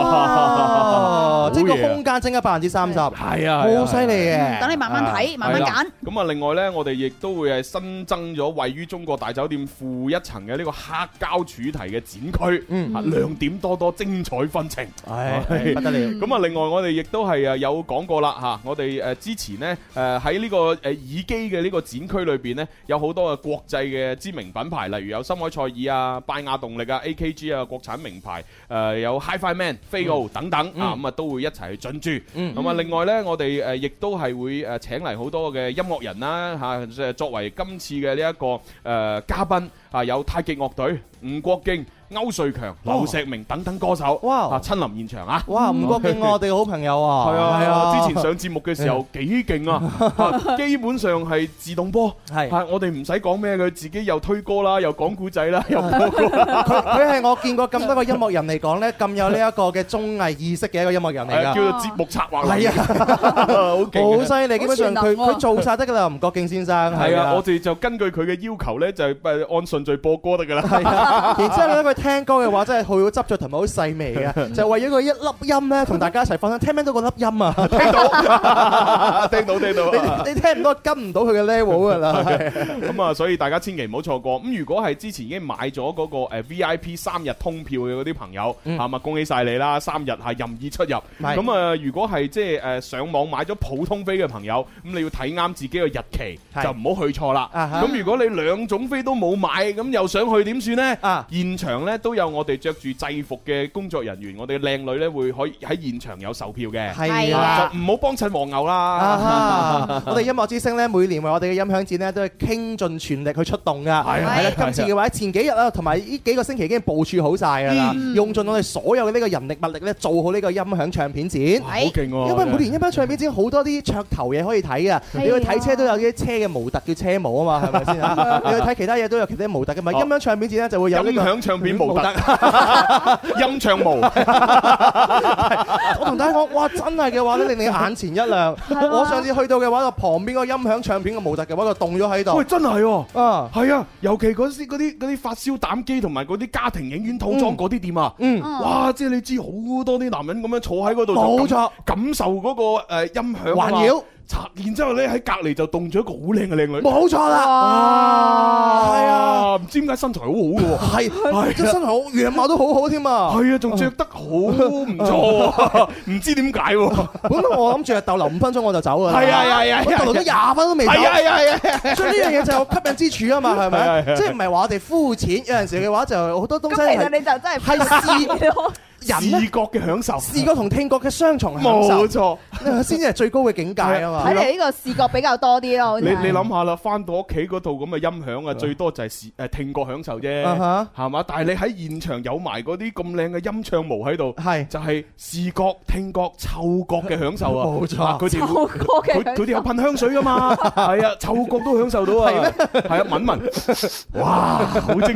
Speaker 7: 哦，即係個空間增加百分之三十，
Speaker 6: 係啊，
Speaker 7: 好犀利
Speaker 1: 嗯等
Speaker 7: 嘅。
Speaker 1: 你慢慢睇，慢慢
Speaker 6: 係啦
Speaker 1: 揀。。
Speaker 6: 咁啊，另外呢，我哋亦都會係新增咗位於中國大酒店負一層嘅呢個黑膠主題嘅展區，
Speaker 7: 嗯
Speaker 6: 啊亮點多多，精彩紛呈。
Speaker 7: 唉，
Speaker 6: 係
Speaker 7: 不得了。
Speaker 6: 咁啊，另外我哋亦都係誒啊有講過啦嚇，我哋誒之前呢，誒喺呢個誒耳機嘅呢個展區裏邊呢，有好多嘅國際嘅知名品牌，例如有深海賽爾啊、拜亞動力啊、AKG 啊國產名牌，誒有 HiFi Man、飛奧等等啊，咁啊都會一齊去進駐。咁啊，另外呢，我哋誒亦都係會誒請嚟好多嘅音樂人啦嚇，即係作為今次嘅呢一個誒嘉賓啊，有太極樂隊、吳國敬、歐瑞強、劉錫明等等歌手
Speaker 7: 哇
Speaker 6: 啊，親臨現場啊！
Speaker 7: 哇，吳國敬我哋嘅好朋友啊，
Speaker 6: 係啊，
Speaker 7: 係
Speaker 6: 之前上節目嘅 時候幾勁啊，啊基本上係自動波，
Speaker 7: 係
Speaker 6: 係我哋唔使講咩，佢自己又推歌啦，又講古仔 啦，又播歌啦，
Speaker 7: 佢佢係我見過咁多個音樂人嚟講咧，咁有呢一個嘅綜藝意識嘅一個音樂人
Speaker 6: 係
Speaker 7: 嚟
Speaker 6: 啊叫
Speaker 7: 㗎。
Speaker 6: 做節目策劃嚟
Speaker 7: 係
Speaker 6: 嘅，
Speaker 7: 啊，
Speaker 6: 好勁
Speaker 7: 好
Speaker 6: 啊。
Speaker 7: 犀利，基本
Speaker 1: 全
Speaker 7: 上佢
Speaker 1: 能喎
Speaker 7: 佢做晒得㗎啦，吳國敬先生。
Speaker 6: 係啊，我哋就根據佢嘅要求咧，就係按順序播歌得㗎啦。
Speaker 7: 係啊，然之後咧，佢聽歌嘅話真係好執着同埋好細微嘅，就為咗佢一粒音咧，同大家一齊分享，聽唔聽到個粒音 啊？
Speaker 6: 聽到， 聽到，聽到啊。
Speaker 7: 你你聽唔到，跟唔到佢嘅 level 噶啦。
Speaker 6: 咁啊，所以大家千祈唔好錯過。咁如果係之前已經買咗嗰個誒 V I P 三日通票嘅嗰啲朋友，
Speaker 7: 嗯
Speaker 6: 嚇咪恭喜晒你啦！三日係任意出入。咁啊，如果係即係誒上網買咗普通飛嘅朋友，咁你要睇啱自己嘅日期，
Speaker 7: 係
Speaker 6: 就唔好去錯啦。
Speaker 7: 啊哈
Speaker 6: 咁如果你兩種飛都冇買，咁又想去點算呢？
Speaker 7: 啊
Speaker 6: 現場呢都有我哋着住制服嘅工作人員，我哋靚女呢會可以喺現場有售票嘅，
Speaker 7: 係 啦。
Speaker 6: 就唔好幫襯黃牛
Speaker 7: 啊
Speaker 6: 啦。
Speaker 7: 哈！我哋音樂之星咧，每年為我哋嘅音響展咧，都係傾盡全力去出動噶。係
Speaker 6: 啊
Speaker 7: 啦，今次嘅話，前幾日啦，同埋呢幾個星期已經部署好晒噶啦，用盡我哋所有嘅呢個人力物力咧，做好呢個音響唱片展。
Speaker 6: 好勁喎！
Speaker 7: 因為每年音響唱片展好多啲噱頭嘢可以睇噶，你去睇車都有啲車嘅模特叫車模啊嘛，係咪先啊？你去睇其他嘢都有其他模特噶嘛。
Speaker 6: 哦
Speaker 7: 音響唱片展咧就會有呢
Speaker 6: 音
Speaker 7: 個。
Speaker 6: 響唱片模特， 音唱模。
Speaker 7: 我同大家講，哇！真係嘅話咧，令你眼前一亮。我上次去到嘅話，就旁邊個音響唱片嘅模特嘅話，就凍咗喺度。
Speaker 6: 喂，真係喎！
Speaker 7: 啊，
Speaker 6: 係啊，尤其嗰啲嗰啲嗰啲發燒膽機同埋嗰啲家庭影院套裝嗰啲店啊，
Speaker 7: 嗯，
Speaker 6: 哇！即係你知好多啲男人咁樣坐喺嗰度，
Speaker 7: 冇，錯，
Speaker 6: 感受嗰個誒音響啊
Speaker 7: 環
Speaker 6: 嘛
Speaker 7: 繞，
Speaker 6: 插然之後咧喺隔離就凍咗一個好靚嘅靚女，
Speaker 7: 冇錯啦。係啊，
Speaker 6: 啊，唔知點解身材好好嘅喎。
Speaker 7: 係，即係身材好，樣貌都好好添啊。
Speaker 6: 係啊，仲着得好唔錯喎， 唔知點解 喎。
Speaker 7: 本來我諗住係逗留五分鐘我就走㗎啦。
Speaker 6: 係啊係啊係啊
Speaker 7: 我逗留咗廿分都未走。
Speaker 6: 係啊係啊係啊係啊！
Speaker 7: 所以呢樣嘢就有吸引之處啊 嘛，係
Speaker 6: 係係
Speaker 7: 咪？
Speaker 6: 係
Speaker 7: 即係唔係話我哋膚淺，有陣時嘅話就好多東
Speaker 1: 咁
Speaker 7: 西
Speaker 1: 其實
Speaker 7: 係
Speaker 1: 你就真係
Speaker 7: 係
Speaker 1: 係咯
Speaker 7: 人
Speaker 6: 視
Speaker 7: 咧
Speaker 6: 啊覺嘅享受，
Speaker 7: 視覺同聽覺嘅雙重享
Speaker 6: 冇
Speaker 7: 受，
Speaker 6: 錯。
Speaker 7: 先至係最高嘅境界啊嘛
Speaker 1: 睇。嚟呢個視覺比較多啲咯。好似
Speaker 6: 你
Speaker 1: 係
Speaker 6: 你諗下啦，翻到屋企嗰度咁嘅音響啊，最多就係視誒聽覺享受啫，
Speaker 7: 啊哈
Speaker 6: 係嘛？但係你喺現場有埋嗰啲咁靚嘅音唱模喺度，
Speaker 7: 係
Speaker 6: 就係視覺、聽覺、嗅覺嘅享受啊！
Speaker 7: 冇錯
Speaker 6: 啊佢哋會
Speaker 1: 透過嘅
Speaker 6: 佢佢哋有噴香水 噶嘛？係啊，嗅覺都享受到啊！係咩？係啊，聞聞， 哇，好精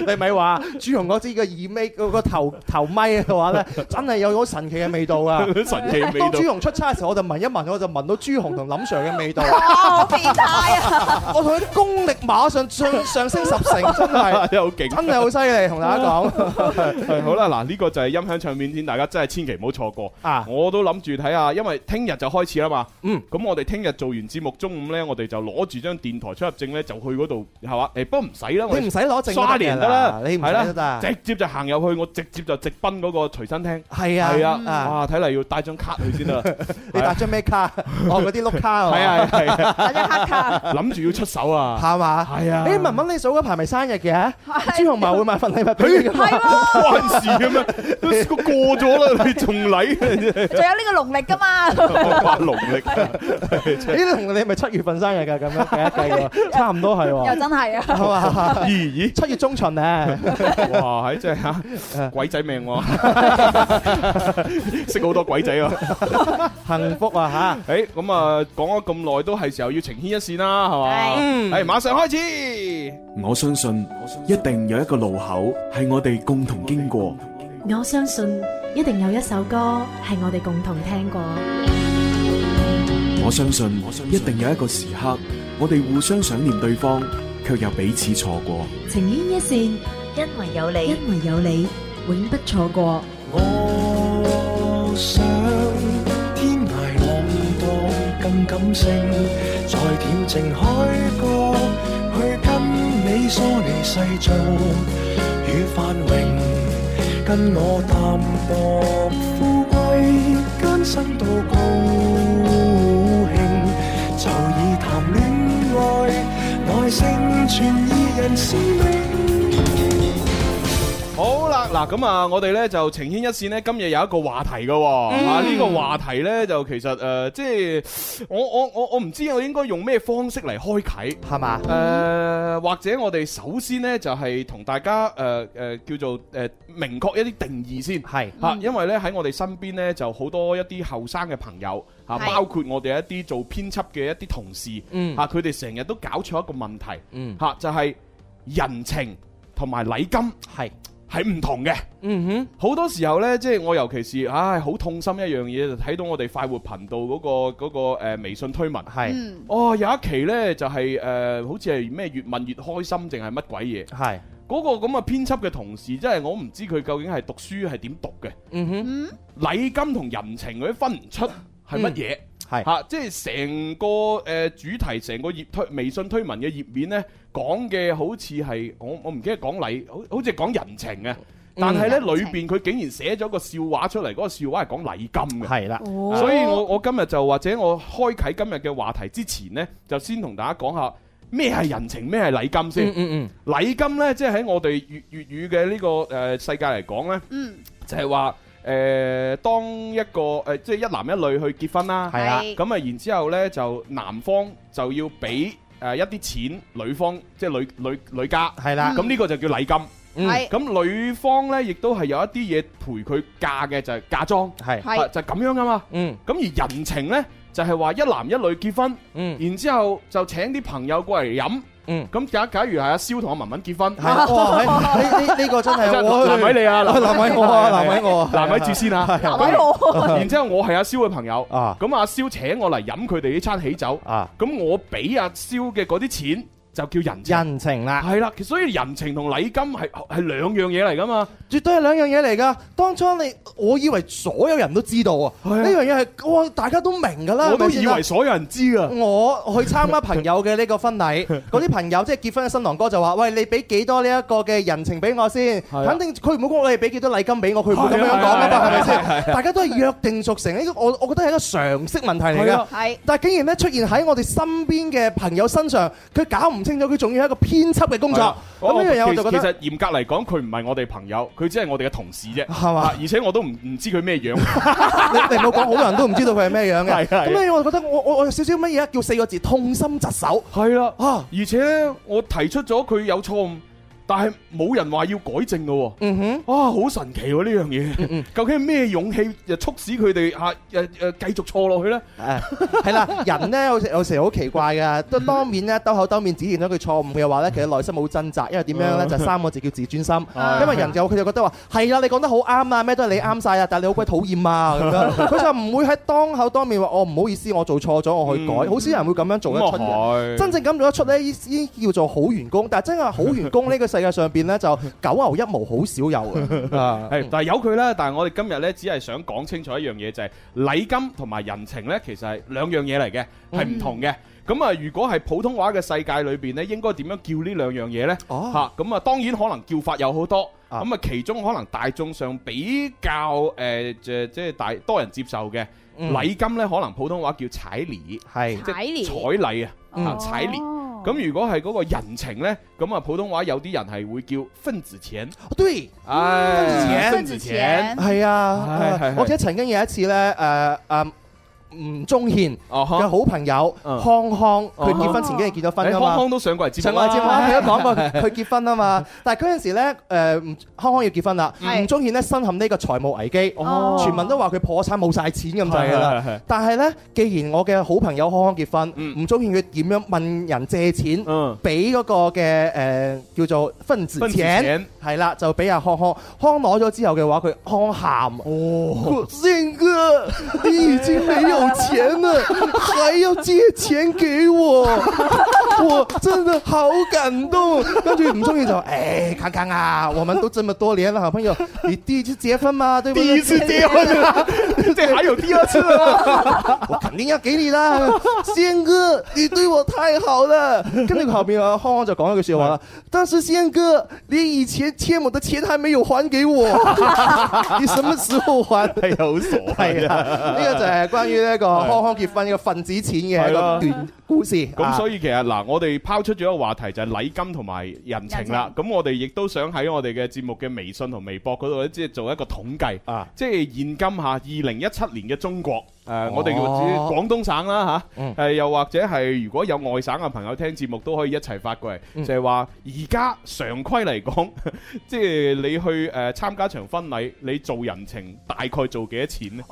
Speaker 6: 神！
Speaker 7: 你咪話朱紅嗰支嘅耳尾嗰個頭頭咪嘅話咧，真係有好神奇嘅味道啊！
Speaker 6: 神奇 味
Speaker 7: 當
Speaker 6: 道
Speaker 7: 朱。紅出差嘅時候，我就聞一聞，我就聞到朱紅同林 Sir 嘅味道，
Speaker 1: 哇，好變態啊！
Speaker 7: 我同佢啲功力馬上上 上升十成，真係
Speaker 6: 真係好勁，
Speaker 7: 真係好犀利，同大家 講
Speaker 6: 係好啦，嗱呢個就係音響唱片展，大家真係千祈唔好錯過。
Speaker 7: 啊！
Speaker 6: 我都諗住睇下，因為聽日就開始啦嘛。
Speaker 7: 嗯，
Speaker 6: 咁我哋聽日做完節目，中午呢，我哋就攞住張電台出入證呢，就去嗰度，係嘛？誒，不過唔使啦，我
Speaker 7: 你唔使
Speaker 6: 哋
Speaker 7: 攞證
Speaker 6: 刷
Speaker 7: 都
Speaker 6: 年
Speaker 7: 嘅
Speaker 6: 得啦，
Speaker 7: 你唔
Speaker 6: 係
Speaker 7: 使
Speaker 6: 啦
Speaker 7: 都得。
Speaker 6: 直接就行入去，我直接就直奔嗰個隨身聽。
Speaker 7: 係啊，
Speaker 6: 係
Speaker 7: 啊
Speaker 6: 啊，哇！睇嚟要帶張卡去先 啦。
Speaker 7: 你帶張咩 卡？哦，嗰啲碌卡啊。
Speaker 6: 係啊係啊，
Speaker 7: 帶張黑卡。
Speaker 6: 諗住要出手 啊，
Speaker 7: 係嘛？
Speaker 6: 係啊。
Speaker 7: 誒，文文你數嗰排咪生日嘅？朱紅茂會買份禮物俾你㗎嘛。
Speaker 6: 啊關事嘅咩？都過咗啦，你仲 嚟？
Speaker 1: 仲有呢個農曆㗎嘛？
Speaker 6: 八農曆，
Speaker 7: 咦？同你咪七月份生日㗎？咁樣計一 計
Speaker 6: 啊
Speaker 7: 喎，差唔多係喎。
Speaker 1: 又真係啊
Speaker 7: 係嘛？
Speaker 6: 咦咦，
Speaker 7: 七月中旬咧。
Speaker 6: 哇！係真係嚇鬼仔命喎， 識好多鬼仔啊！
Speaker 7: 幸福啊
Speaker 6: 嚇！誒咁啊，講咗咁耐，都係時候要情牽一線啦，係嘛？
Speaker 7: 嗯
Speaker 6: 係馬上開始。
Speaker 3: 我相信一定有一個路口係我哋共同經過，
Speaker 13: 我相信一定有一首歌係我哋共同聽過。
Speaker 3: 我相信一定有一個時刻，我哋互相想念對方，卻又彼此錯過。
Speaker 13: 情牽一線，因為有你，因為有你，永不錯過。
Speaker 4: 我想天涯浪蕩更感性，在恬靜海角去跟你梳理世俗與繁榮，跟我淡薄富貴艱辛到高興，就以談戀愛耐性傳意人生命。
Speaker 6: 好啦，嗱咁啊，我哋咧就情牽一線咧，今日有一個話題嘅喎，
Speaker 4: 嗯
Speaker 6: 啊呢個話題咧就其實誒，即係我我我我唔知我應該用咩方式嚟開啓，
Speaker 7: 係嘛？
Speaker 6: 誒，或者我哋首先咧就係同大家誒誒叫做誒明確一啲定義先，
Speaker 7: 係
Speaker 6: 嚇，因為咧喺我哋身邊咧就好多一啲後生嘅朋友嚇，
Speaker 7: 係
Speaker 6: 包括我哋一啲做編輯嘅一啲同事
Speaker 7: 嗯
Speaker 6: 嚇，佢哋成日都搞錯一個問題。
Speaker 7: 嗯
Speaker 6: 吓就係人情同埋禮金
Speaker 7: 係
Speaker 6: 係唔同嘅。
Speaker 7: 嗯
Speaker 6: 哼，好多時候呢，即係我尤其是唉，好痛心一樣嘢，就睇到我哋快活頻道嗰、個嗰、個呃微信推文
Speaker 7: 係
Speaker 1: 嗯
Speaker 6: 哦，有一期呢，就係、呃好似係咩越問越開心，定係乜鬼嘢？
Speaker 7: 係
Speaker 6: 嗰個咁嘅編輯嘅同事，真係我唔知佢究竟係讀書係點讀嘅。
Speaker 7: 嗯哼。
Speaker 6: 禮金同人情嗰啲分唔出係乜嘢。
Speaker 7: 嗯係
Speaker 6: 嚇，即係成個誒、呃主題，成個頁推微信推文嘅頁面呢，講嘅好似係我我唔記得講禮，好好似係講人情嘅。但係呢，
Speaker 7: 嗯
Speaker 6: 裏邊佢竟然寫咗個笑話出嚟，嗰、個笑話係講禮金嘅。
Speaker 7: 係啦哦
Speaker 6: 所以我我今日就或者我開啟今日嘅話題之前呢，就先同大家講下咩係人情，咩係禮金先。
Speaker 7: 嗯嗯
Speaker 6: 禮金呢，即係喺我哋粵粵語嘅呢、個誒、呃世界嚟講呢。
Speaker 1: 嗯，
Speaker 6: 就係話誒，當一個誒、呃即係一男一女去結婚啦，
Speaker 7: 係啦係
Speaker 6: 咁啊，然之後呢，就男方就要俾誒一啲錢，女方即係女女女家，
Speaker 7: 係啦
Speaker 6: 咁呢個就叫禮金。
Speaker 7: 嗯係
Speaker 6: 咁女方呢，亦都係有一啲嘢陪佢嫁嘅，就係嫁妝，
Speaker 7: 係
Speaker 6: 啊就係咁樣噶嘛。
Speaker 7: 嗯，
Speaker 6: 咁而人情呢，就係話一男一女結婚，
Speaker 7: 嗯，
Speaker 6: 然之後就請啲朋友過嚟飲。
Speaker 7: 嗯，
Speaker 6: 咁假假如係阿蕭同阿文文結婚，啊
Speaker 7: 係哇呢呢呢個真係
Speaker 6: 真係
Speaker 7: 我
Speaker 6: 難為你啊，
Speaker 7: 難為我啊難為我啊
Speaker 6: 難為住先啊，
Speaker 7: 係啊難為我啊
Speaker 6: 然之後我係阿蕭嘅朋友，咁阿蕭請我嚟飲佢哋呢餐喜酒，
Speaker 7: 啊
Speaker 6: 咁我俾阿蕭嘅嗰啲錢就叫人情。
Speaker 7: 人情啦，
Speaker 6: 係啦，所以人情同禮金係係兩樣嘢嚟噶嘛。
Speaker 7: 絕對係兩樣嘢嚟㗎。當初你，我以為所有人都知道啊，呢樣嘢係哇大家都明㗎啦。
Speaker 6: 我都
Speaker 7: 係咪先
Speaker 6: 以
Speaker 7: 啊
Speaker 6: 為所有人知㗎。
Speaker 7: 我去參加朋友嘅呢個婚 禮，嗰啲朋友即係結婚嘅新郎哥就話：，喂，你俾幾多呢一個嘅人情俾我先？
Speaker 6: 啊
Speaker 7: 肯定佢唔好講我哋俾幾多禮金俾我，佢唔會咁樣
Speaker 6: 係
Speaker 7: 講
Speaker 6: 啊
Speaker 7: 噶
Speaker 6: 係啊
Speaker 7: 嘛，係咪
Speaker 6: 係啊係啊係
Speaker 7: 先？
Speaker 6: 啊
Speaker 7: 大家都係約定俗成，呢個我我覺得係一個常識問題嚟
Speaker 6: 係
Speaker 7: 㗎
Speaker 6: 啊。
Speaker 1: 係，
Speaker 7: 但係竟然咧出現喺我哋身邊嘅朋友身上，佢搞唔清楚，佢仲要係一個編輯嘅工
Speaker 6: 係
Speaker 7: 作
Speaker 6: 啊。
Speaker 7: 咁呢樣嘢我
Speaker 6: 其
Speaker 7: 就覺得
Speaker 6: 其實嚴格嚟講，佢唔係我哋朋友，佢只係我哋嘅同事啫。
Speaker 7: 係嘛
Speaker 6: 啊而且我都唔唔知佢 咩樣。
Speaker 7: 你 你冇講，好多人都唔知道佢係咩樣嘅。
Speaker 6: 係
Speaker 7: 咁
Speaker 6: 係
Speaker 7: 咧，我就覺得我我我有少少乜嘢叫四個字痛心疾 首。
Speaker 6: 係啦，
Speaker 7: 啊，
Speaker 6: 而且呢我提出咗佢有錯誤，但係冇人話要改正嘅喎。
Speaker 7: 嗯
Speaker 6: 哼，啊，好神奇喎呢樣嘢。究竟係咩勇氣就促使佢哋嚇誒誒繼續錯落去呢？
Speaker 7: 誒係啦，人咧有時有時好奇怪㗎，都當面咧兜口兜面指現咗佢錯誤嘅話咧，其實內心冇掙扎，因為點樣咧
Speaker 14: 嗯啊
Speaker 7: 就三個字叫自 尊心。
Speaker 14: 係
Speaker 7: 因為人就佢就覺得話係啊，你講得好啱啊，咩都係你啱晒啊，但係你好鬼討厭啊咁樣， 佢就唔會喺當口當面話我唔好意思，我做錯咗，我去改。
Speaker 14: 嗯
Speaker 7: 好少人會咁樣做得出
Speaker 14: 咁啊係
Speaker 7: 嘅。真正咁做得出咧，已已經叫做好員工。但係真係好員工呢個世界上邊咧，就 九牛一毛好少有嘅。
Speaker 6: 係，但係有佢啦。但係我哋今日呢，只係想講清楚一樣嘢，就係禮金同埋人情呢，其實係兩樣嘢嚟嘅，係唔同嘅。咁啊，如果係普通話嘅世界裏邊咧，應該點樣叫呢兩樣嘢呢？
Speaker 14: 哦
Speaker 6: 嚇咁啊，當然可能叫法有好多。咁啊，其中可能大眾上比較誒，即即係大多人接受嘅
Speaker 14: 嗯
Speaker 6: 禮金呢，可能普通話叫彩禮，
Speaker 14: 係
Speaker 6: 即係
Speaker 14: 彩禮
Speaker 6: 彩禮啊，
Speaker 7: 哦
Speaker 14: 嗯
Speaker 6: 啊彩禮。咁如果係嗰個人情呢，咁啊普通話有啲人係會叫分子錢。
Speaker 7: 對，
Speaker 6: 唉，
Speaker 7: 分子錢係啊，
Speaker 6: 係
Speaker 7: 誒
Speaker 6: 係
Speaker 7: 我記得曾經有一次咧，誒誒吳宗憲嘅好朋友
Speaker 6: 嗯
Speaker 7: 康康，佢
Speaker 6: 嗯
Speaker 7: 結婚前幾日結咗婚
Speaker 6: 誒
Speaker 7: 㗎嘛，
Speaker 6: 康康都上過嚟節目啊
Speaker 7: 上過嚟啊節目
Speaker 6: 啦
Speaker 7: 啦，佢都講過 佢結婚啊嘛，但係嗰陣時咧，誒吳康康要結婚啦，
Speaker 6: 係
Speaker 7: 吳宗憲咧身陷呢個財務危機，
Speaker 6: 嗯哦
Speaker 7: 全民都話佢破產冇晒錢咁滯㗎
Speaker 6: 係係係係嗯
Speaker 7: 啦。但係咧，既然我嘅好朋友康康結婚，吳宗憲佢點樣問人借錢，
Speaker 14: 嗯
Speaker 7: 俾嗰個嘅誒叫做分子
Speaker 6: 分子
Speaker 7: 錢
Speaker 6: 錢，
Speaker 7: 係啦，就俾阿康康，康攞咗之後嘅話，佢康喊，哦，憲哥，你已經沒有 錢了，還要借錢給我， 我真的好感動。跟住吳宗憲就誒、哎康康啊，我們都這麼多年了，好朋友，你第一次結婚嘛，對不對？
Speaker 14: 第一次 結婚啊
Speaker 7: 對，還有哎第二次啊，我肯定要給你啦，憲哥，你對我太好了。跟住後面啊，康康就講一句説話啦，但是憲哥，你以前欠我的錢還沒有還給我， 你什麼時候 還？
Speaker 10: 係啊，好傻
Speaker 6: 哎
Speaker 7: 係啊， 呢個就係關於呢個康康結婚嘅份子錢嘅一個段故事。啊
Speaker 14: 啊
Speaker 6: 咁所以其實嗱，我哋拋出咗一個話題就係禮金同埋人情啦。咁我哋亦都想喺我哋嘅節目嘅微信同微博嗰度咧，即係做一個統計，
Speaker 14: 啊
Speaker 6: 即係現今嚇二零一七年嘅中國。誒、我哋叫
Speaker 14: 哦
Speaker 6: 廣東省啦嚇，誒、
Speaker 14: 嗯
Speaker 6: 又或者係如果有外省嘅朋友聽節目都可以一齊發過嚟，
Speaker 14: 嗯
Speaker 6: 就係話而家常規嚟講， 即係你去誒、參加場婚禮，你做人情大概做幾多錢呢？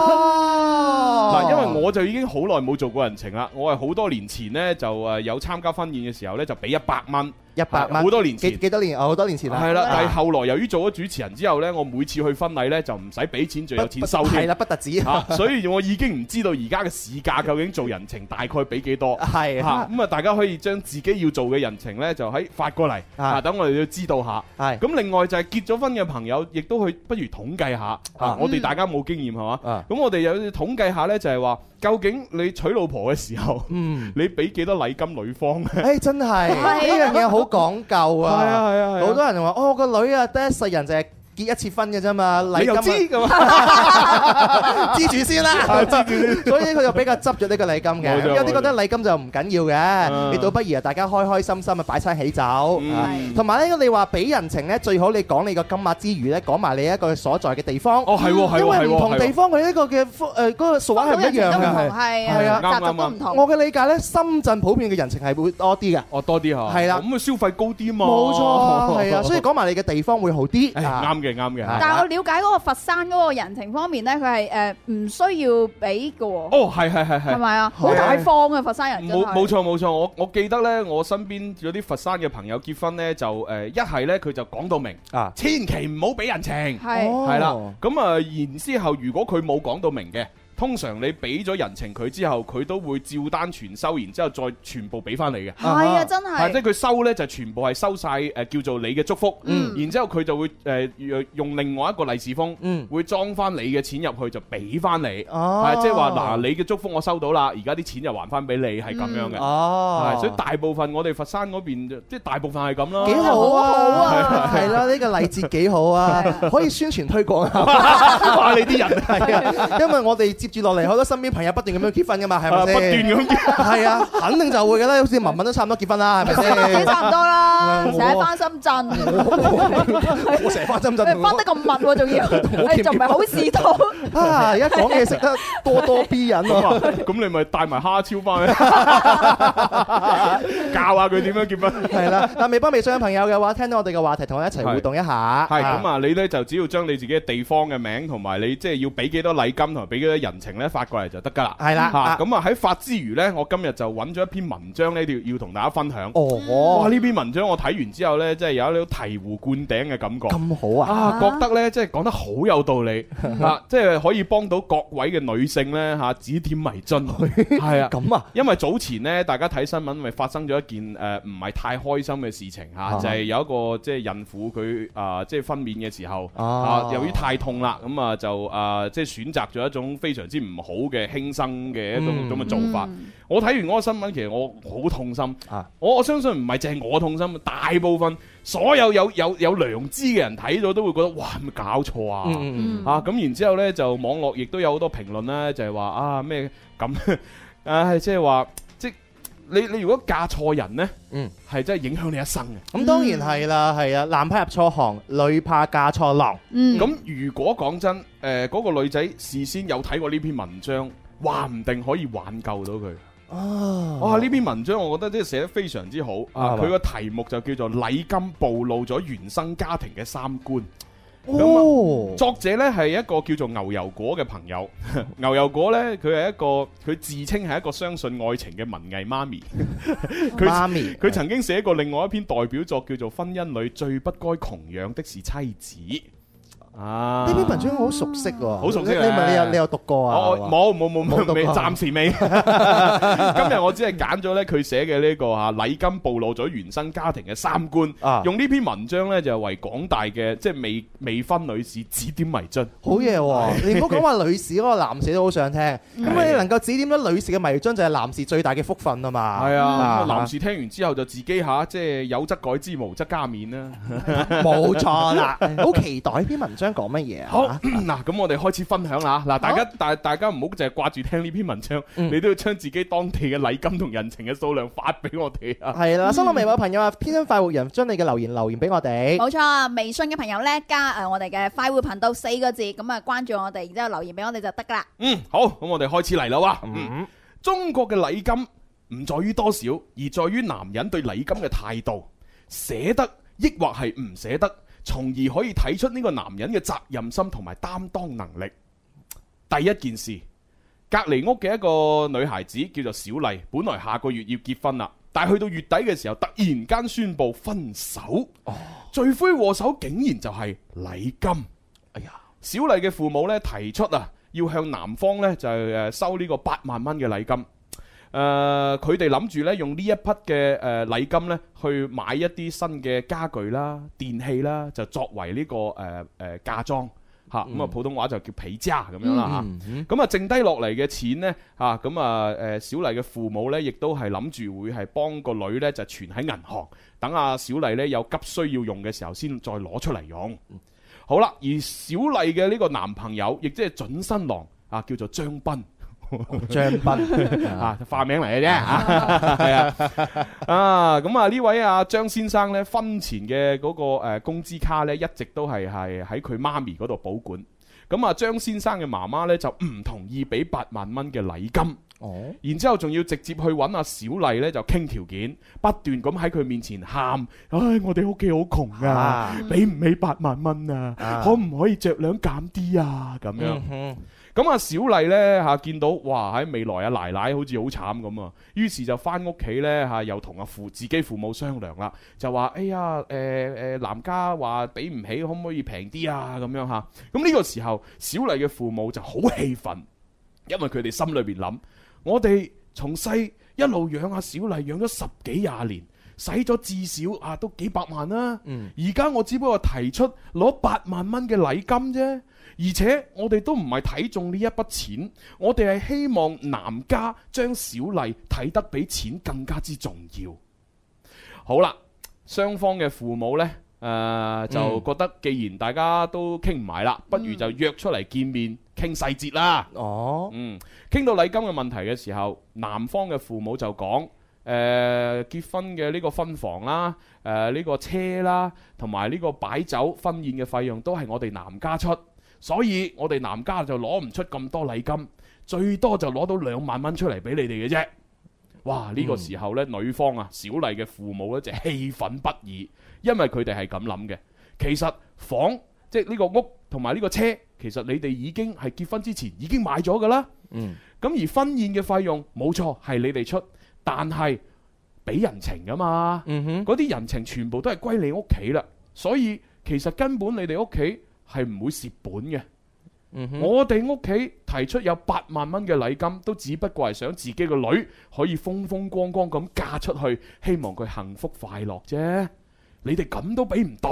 Speaker 7: 哦
Speaker 6: 嗱，因為我就已經好耐冇做過人情啦，我係好多年前呢，就誒有參加婚宴嘅時候呢，就俾一百蚊，
Speaker 7: 一百蚊
Speaker 6: 好多年前，
Speaker 7: 幾多年？哦，好多年前啦。
Speaker 6: 係啦，但係後來由於做咗主持人之後呢，我每次去婚禮呢，就唔使俾錢，仲有錢收添。
Speaker 7: 係啦，不特止。
Speaker 6: 啊所以我已經唔知道而家嘅市價究竟做人情大概俾幾多。
Speaker 7: 係
Speaker 6: 嚇咁啊，大家可以將自己要做嘅人情呢，就喺發過嚟啊，等我哋要知道下。
Speaker 7: 係
Speaker 6: 咁，另外就係結咗婚嘅朋友，亦都去不如統計下。啊
Speaker 14: 啊，
Speaker 6: 我哋
Speaker 14: 嗯
Speaker 6: 大家冇經驗係
Speaker 7: 啊
Speaker 6: 嘛？咁我哋有統計下呢，就係話究竟你娶老婆嘅時候，
Speaker 7: 嗯
Speaker 6: 你俾幾多禮金女方呢？
Speaker 7: 誒真係呢樣嘢好講究啊！
Speaker 6: 係啊係啊係啊
Speaker 7: 好多人話哦個女啊得一世人就係結一次婚嘅啫嘛，禮
Speaker 6: 你又知
Speaker 7: 金
Speaker 6: 㗎
Speaker 7: 啊 知住 先啦
Speaker 14: 啊，知
Speaker 7: 所以佢就比較執著呢個禮金
Speaker 14: 冇
Speaker 7: 嘅。
Speaker 14: 錯
Speaker 7: 有啲覺得禮金就唔緊要嘅，你倒不如啊大家開開心心啊擺餐喜酒，啊同埋呢，你話俾人情呢，最好你講你個金額之餘呢，講埋你一個所在嘅地方。
Speaker 6: 哦係喎係喎
Speaker 7: 因為唔
Speaker 6: 係
Speaker 7: 同
Speaker 6: 喎
Speaker 7: 地方佢呢個嘅誒嗰個數額係唔一樣嘅，
Speaker 6: 方向都唔同係啊啱習俗都唔同啱啱
Speaker 7: 我嘅理解呢，深圳普遍嘅人情係會多啲嘅。
Speaker 6: 哦，多啲嚇。
Speaker 7: 係啦
Speaker 6: 咁啊消費高啲嘛。
Speaker 7: 冇錯啊，係 啊，所以講啊埋你嘅地方會好啲。
Speaker 6: 啱嘅啱嘅。
Speaker 1: 但係我了解嗰個佛山嗰個人情方面咧，佢係誒唔需要俾嘅喎，
Speaker 6: 哦，係係係係，
Speaker 1: 係咪啊？好大方啊，佛山人真
Speaker 6: 冇
Speaker 1: 係
Speaker 6: 冇錯冇錯，我我記得呢，我身邊有啲佛山嘅朋友結婚呢，就誒一係呢，佢就講到明，
Speaker 7: 啊，
Speaker 6: 千祈唔好俾人情，
Speaker 14: 係哦
Speaker 6: 係啦，咁啊然之後如果佢冇講到明嘅。通常你俾咗人情佢之後，佢都會照單全收，然之後再全部俾翻你嘅。
Speaker 1: 係啊真係
Speaker 6: 即係佢收呢，就全部係收晒誒叫做你嘅祝福。
Speaker 7: 嗯
Speaker 6: 然之後佢就會誒用用另外一個利是封，會裝翻你嘅錢入去就俾翻你。啊
Speaker 7: 哦
Speaker 6: 係即係話嗱，你嘅祝福我收到啦，而家啲錢就還翻俾你，係咁樣嘅。
Speaker 7: 嗯哦
Speaker 6: 係所以大部分我哋佛山嗰邊，即係大部分係咁啦。
Speaker 7: 幾好啊，係
Speaker 6: 係
Speaker 7: 啦，呢個禮節幾好啊，可以宣傳推廣下。
Speaker 6: 哇你啲人
Speaker 7: 係啊，因為我哋接住落嚟好多身邊朋友不斷咁樣結婚噶嘛，係咪先？
Speaker 6: 啊不斷咁結，
Speaker 7: 係啊，肯定就會嘅啦。好似文文都差唔多結婚啊啦，係咪
Speaker 1: 你
Speaker 7: 先？
Speaker 1: 差唔多啦，
Speaker 7: 我
Speaker 1: 成日翻深圳，
Speaker 7: 我成日翻深圳，
Speaker 1: 翻得咁密喎，仲要，
Speaker 7: 我
Speaker 1: 誒仲唔係好事道
Speaker 7: 啊！而家講嘢食得多多逼人
Speaker 6: 咁啊
Speaker 7: 喎。，
Speaker 6: 咁你咪帶埋蝦 超翻去，教下佢點樣結婚。
Speaker 7: 係啦，但微博、微信嘅朋友嘅話，聽到我哋嘅話題，同我一齊互動一下。
Speaker 6: 係咁啊！你咧就只要將你自己嘅地方嘅名同埋你即係要俾幾多禮金同埋俾幾多人情咧發過嚟就得㗎啦。
Speaker 7: 係啦
Speaker 6: 嚇
Speaker 7: 啊
Speaker 6: 咁啊喺發之餘咧，我今日就揾咗一篇文章呢，要要同大家分享。
Speaker 7: 哦
Speaker 6: 哇！呢篇文章我睇完之後咧，即係有一種醍醐灌頂嘅感覺。
Speaker 7: 咁好
Speaker 6: 啊！覺得咧即係講得好有 道理啊！即係可以幫到各位嘅女性咧嚇指點迷 津。係啊，
Speaker 7: 咁啊，
Speaker 6: 因為早前咧大家睇新聞咪發生咗一件誒唔係太開心嘅事情嚇，
Speaker 14: 啊
Speaker 6: 就係。係有一個即係孕婦佢啊，即係分娩嘅時候
Speaker 14: 啊
Speaker 6: 呃啊，由於太痛啦，咁啊就啊即係選擇咗一種非常常之唔好嘅輕生嘅一種
Speaker 10: 嗯
Speaker 6: 咁嘅做法。我睇完嗰個新聞，其實我好痛心。
Speaker 14: 啊
Speaker 6: 我我相信唔係淨係我痛心，大部分所有有有有良知嘅人睇到都會覺得哇，有冇搞錯啊！
Speaker 14: 嗯嗯嗯
Speaker 6: 啊咁，然之後呢，就網絡亦都有好多評論啦，就係話啊咩咁 啊，即係話即你你如果嫁錯人呢，
Speaker 7: 嗯，
Speaker 6: 係真係影響你一生嘅。
Speaker 7: 咁當然係啦，係啊，男怕入錯行，女怕嫁錯郎。
Speaker 6: 咁如果講真，誒、嗰、個女仔事先有睇過呢篇文章，話唔定可以挽救到佢。
Speaker 7: 啊，
Speaker 6: 哇！呢篇文章我覺得即係寫得非常之好啊！
Speaker 7: 啊
Speaker 6: 佢個題目就叫做《禮金暴露咗原生家庭嘅三觀》。
Speaker 7: 咁啊，
Speaker 6: 作者呢係一個叫做牛油果嘅朋友， 牛油果呢，佢係一個佢自稱係一個相信愛情嘅文藝 媽咪。佢
Speaker 7: 媽咪
Speaker 6: 佢曾經寫過另外一篇代表作叫做《婚姻裏最不該窮養的是妻子》啊！
Speaker 7: 呢篇文章我好熟悉喎，
Speaker 6: 好熟悉
Speaker 7: 你
Speaker 6: 咧
Speaker 7: 你咪你有你有讀過啊？
Speaker 6: 我
Speaker 7: 係嘛
Speaker 6: 哦冇冇冇
Speaker 7: 冇讀
Speaker 6: 冇未，
Speaker 7: 過
Speaker 6: 暫時未。 今日我只係揀咗咧佢寫嘅呢個嚇禮金暴露咗原生家庭嘅三觀，
Speaker 7: 啊
Speaker 6: 用呢篇文章咧就為廣大嘅即係未未婚女士指點迷津。
Speaker 7: 好嘢
Speaker 6: 係嗯
Speaker 7: 喎！你唔好講話女士嗰個男士都好想聽，咁你能夠指點咗女士嘅迷津就係男士最大嘅福分啊嘛。
Speaker 6: 係啊，男士聽完之後就自己嚇，即係有則改之，無則加勉啦。
Speaker 7: 啊冇錯 啦，好期待呢篇文章講乜嘢啊？
Speaker 6: 好 嗱，咁我哋開始分享啦。嗱，大家大大家唔好淨係掛住聽呢篇文章，
Speaker 7: 嗯
Speaker 6: 你都要將自己當地嘅禮金同人情嘅數量發俾我哋啊。
Speaker 7: 係啦，新浪微博朋友啊，天生快活人將你嘅留言留言俾我哋。
Speaker 1: 冇錯，微信嘅朋友咧加誒我哋嘅快活頻道四個字，咁啊關注我哋，然之後留言俾我哋就得噶啦。
Speaker 6: 嗯，好，咁我哋開始嚟啦哇！嗯，中國嘅禮金唔在於多少，而在於男人對禮金嘅態度，捨得抑或係唔捨得，從而可以睇出呢個男人嘅責任心同埋擔當能力。第一件事，隔離屋嘅一個女孩子叫做小麗，本來下個月要結婚啦，但係去到月底嘅時候，突然間宣布分手。罪魁禍首竟然就係禮金。小麗嘅父母咧提出啊，要向男方咧就誒收呢個八萬蚊嘅禮金。誒，佢哋諗住咧用呢一筆嘅誒禮金咧去買一啲新嘅家具啦、電器啦，就作為呢、個誒誒、呃嫁妝嚇。咁啊、
Speaker 14: 嗯
Speaker 6: 普通話就叫皮渣咁樣啦嚇。
Speaker 14: 嗯嗯
Speaker 6: 咁啊，剩低落嚟嘅錢呢，啊，咁啊，誒，小麗嘅父母呢，亦都係諗住會係幫個女呢，就存喺銀行，等阿小麗呢有急需要用嘅時候，先再攞出嚟用。
Speaker 14: 嗯
Speaker 6: 好啦，而小麗嘅呢個男朋友，亦即係準新郎啊，叫做張斌。
Speaker 7: 張 斌
Speaker 6: 啊，化名嚟嘅啫，係啊，啊咁啊呢位啊張先生呢，婚前嘅嗰個誒工資卡呢，一直都係係喺佢媽咪嗰度保管。咁啊張先生嘅媽媽呢，就唔同意俾八萬蚊嘅禮金。
Speaker 7: 哦，
Speaker 6: 然之後仲要直接去揾阿小麗呢，就傾條件，不斷咁喺佢面前喊：，唉，我哋屋企好窮啊
Speaker 7: 哦
Speaker 14: 啊，
Speaker 6: 俾唔起八萬蚊啊，可唔可以着兩減啲啊？咁樣。咁啊，小麗呢，嚇見到哇喺未來啊奶奶好似好慘咁啊，於是就翻屋企呢，嚇又同阿父自己父母商量啦，就話：哎呀誒誒、呃男家話俾唔起，可唔可以平啲啊？咁樣嚇。咁呢個時候，小麗嘅父母就好氣憤，因為佢哋心裏邊諗：我哋從細一路養阿小麗，養咗十幾廿年。使咗至少啊都幾百萬啦、而家、我只不過提出攞八萬蚊嘅禮金啫，而且我哋都唔係睇中呢一筆錢，我哋係希望男家將小麗睇得比錢更加之重要。好啦，雙方嘅父母呢，誒、呃就
Speaker 14: 嗯
Speaker 6: 覺得既然大家都傾唔埋啦，不如就約出嚟見面傾細節啦。
Speaker 7: 哦，
Speaker 6: 嗯，傾到禮金嘅問題嘅時候，男方嘅父母就講。誒、結婚嘅呢個婚房啦，誒、呃呢個車啦，同埋呢個擺酒婚宴嘅費用都係我哋男家出，所以我哋男家就攞唔出咁多禮金，最多就攞到兩萬蚊出嚟俾你哋嘅啫。哇！呢、個時候呢，女方啊，小麗嘅父母呢，就氣憤不已，因為佢哋係咁諗嘅。其實房即係呢個屋同埋呢個車，其實你哋已經係結婚之前已經買咗㗎啦。
Speaker 14: 嗯
Speaker 6: 咁而婚宴嘅費用冇錯係你哋出，但係俾人情㗎嘛。嗰啲、人情全部都係歸你屋企啦，所以其實根本你哋屋企係唔會蝕本嘅。我哋屋企提出有八萬蚊嘅禮金，都只不過係想自己個女可以風風光光咁嫁出去，希望佢幸福快樂啫。你哋咁都俾唔到，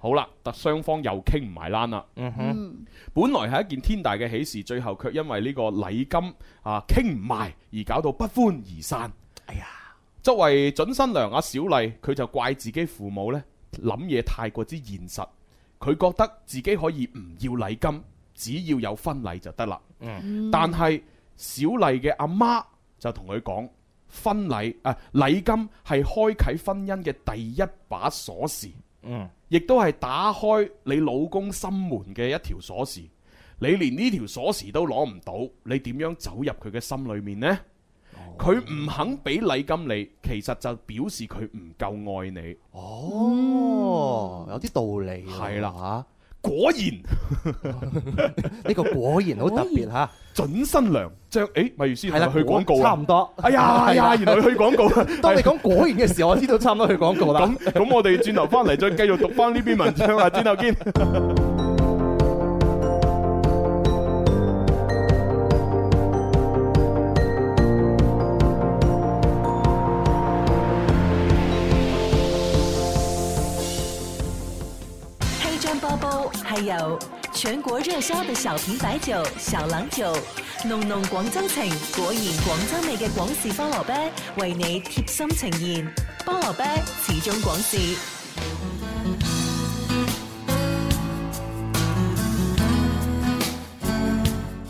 Speaker 6: 好啦，特雙方又傾唔埋欄啦。嗯
Speaker 7: 哼嗯
Speaker 6: 本來係一件天大嘅喜事，最後卻因為呢個禮金啊傾唔埋而搞到不歡而散。哎呀，作為準新娘阿小麗，佢就怪自己父母呢諗嘢太過之現實，佢覺得自己可以唔要禮金，只要有婚禮就得啦。
Speaker 7: 嗯
Speaker 6: 但係小麗嘅阿媽就同佢講。婚禮啊，禮金係開啟婚姻嘅第一把鎖匙。
Speaker 7: 嗯，
Speaker 6: 亦都係打開你老公心門嘅一條鎖匙。你連呢條鎖匙都攞唔到，你點樣走入佢嘅心裏面呢？
Speaker 7: 哦
Speaker 6: 佢唔肯俾禮金你，其實就表示佢唔夠愛你。
Speaker 7: 哦，有啲道理喎。
Speaker 6: 係啦
Speaker 7: 嚇，
Speaker 6: 果然
Speaker 7: 呢個果然好特
Speaker 6: 哎
Speaker 7: 別嚇。
Speaker 6: 準新娘將誒，咪如先
Speaker 7: 係啦
Speaker 6: 係咪去廣告啊
Speaker 7: 差唔多
Speaker 6: 哎呀哎呀，
Speaker 7: 係啦
Speaker 6: 原來去廣告。
Speaker 7: 當你講果然嘅時候，我知道差唔多去廣告啦。
Speaker 6: 咁咁，我哋轉頭翻嚟再繼續讀翻呢篇文章啊，轉頭見。
Speaker 14: 黑砖包包还有全国热销的小瓶白酒、小郎酒，濃濃廣州情，果然廣州味嘅廣氏菠蘿啤為你貼心呈現。菠蘿啤始終廣氏。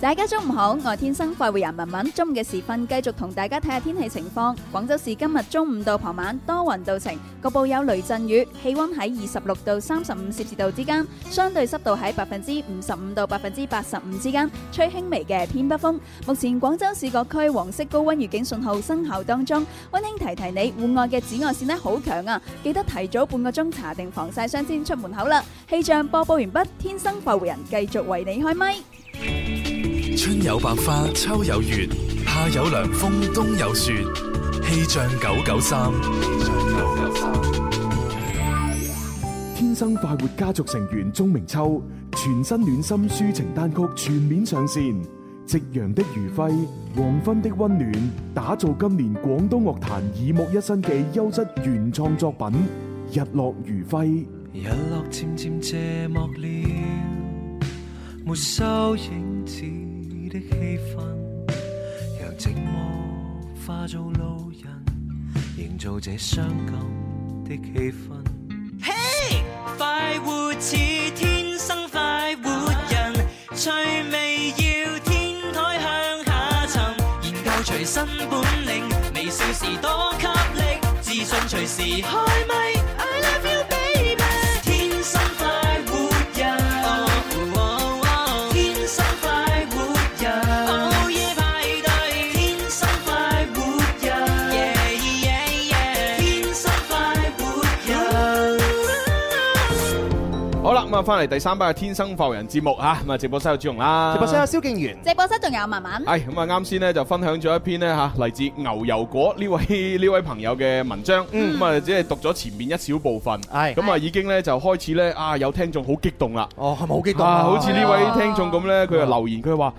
Speaker 1: 大家中午好，我係天生快活人文文。中午嘅時分，繼續同大家睇下天氣情況。廣州市今日中午到傍晚多雲到晴，局部有雷陣雨，氣温喺二十六到三十五攝氏度之間，相對濕度喺百分之五十五到百分之八十五之間，吹輕微嘅偏北風。目前廣州市各區黃色高温預警信號生效當中，温馨提提你，戶外嘅紫外線呢好強啊，記得提早半個鐘搽定防曬霜先出門口啦。氣象播報完畢，天生快活人繼續為你開咪。
Speaker 15: 春有百花，秋有月，夏有涼風，冬有雪。氣象九九三，
Speaker 3: 天生快活家族成員鍾明秋全新暖心抒情單曲全面上線，夕陽的餘暉，黃昏的溫暖，打造今年廣東樂壇耳目一新嘅優質原創作品《日落餘暉》。
Speaker 4: 日落漸漸謝幕了，沒收影子的氣氛，讓寂寞化做路人，營造這傷感的氣氛。
Speaker 16: 快活似天生快活人，趣味要天台向下沉，研究隨身本領，微笑時多給力，自信隨時開咪。I love you baby，天生快活人，哦哦天生快活人，午夜派對，天生快活人，yeah yeah yeah，天生快活人。
Speaker 6: 好啦，咁啊，翻嚟第三班嘅《天生浮人》節目吓，咁啊，直播室有朱容啦，
Speaker 7: 直播室有蕭敬元。
Speaker 1: 直播室仲有文文。
Speaker 6: 系咁啊！啱先咧就分享咗一篇咧吓，嚟自牛油果呢位 呢位朋友嘅文章，咁啊只係讀咗前面一小部分，咁啊已經咧就開始咧啊有聽眾好激動啦，
Speaker 7: 哦係咪好激動啊
Speaker 6: 啊？好似呢位聽眾咁咧，佢就留言佢話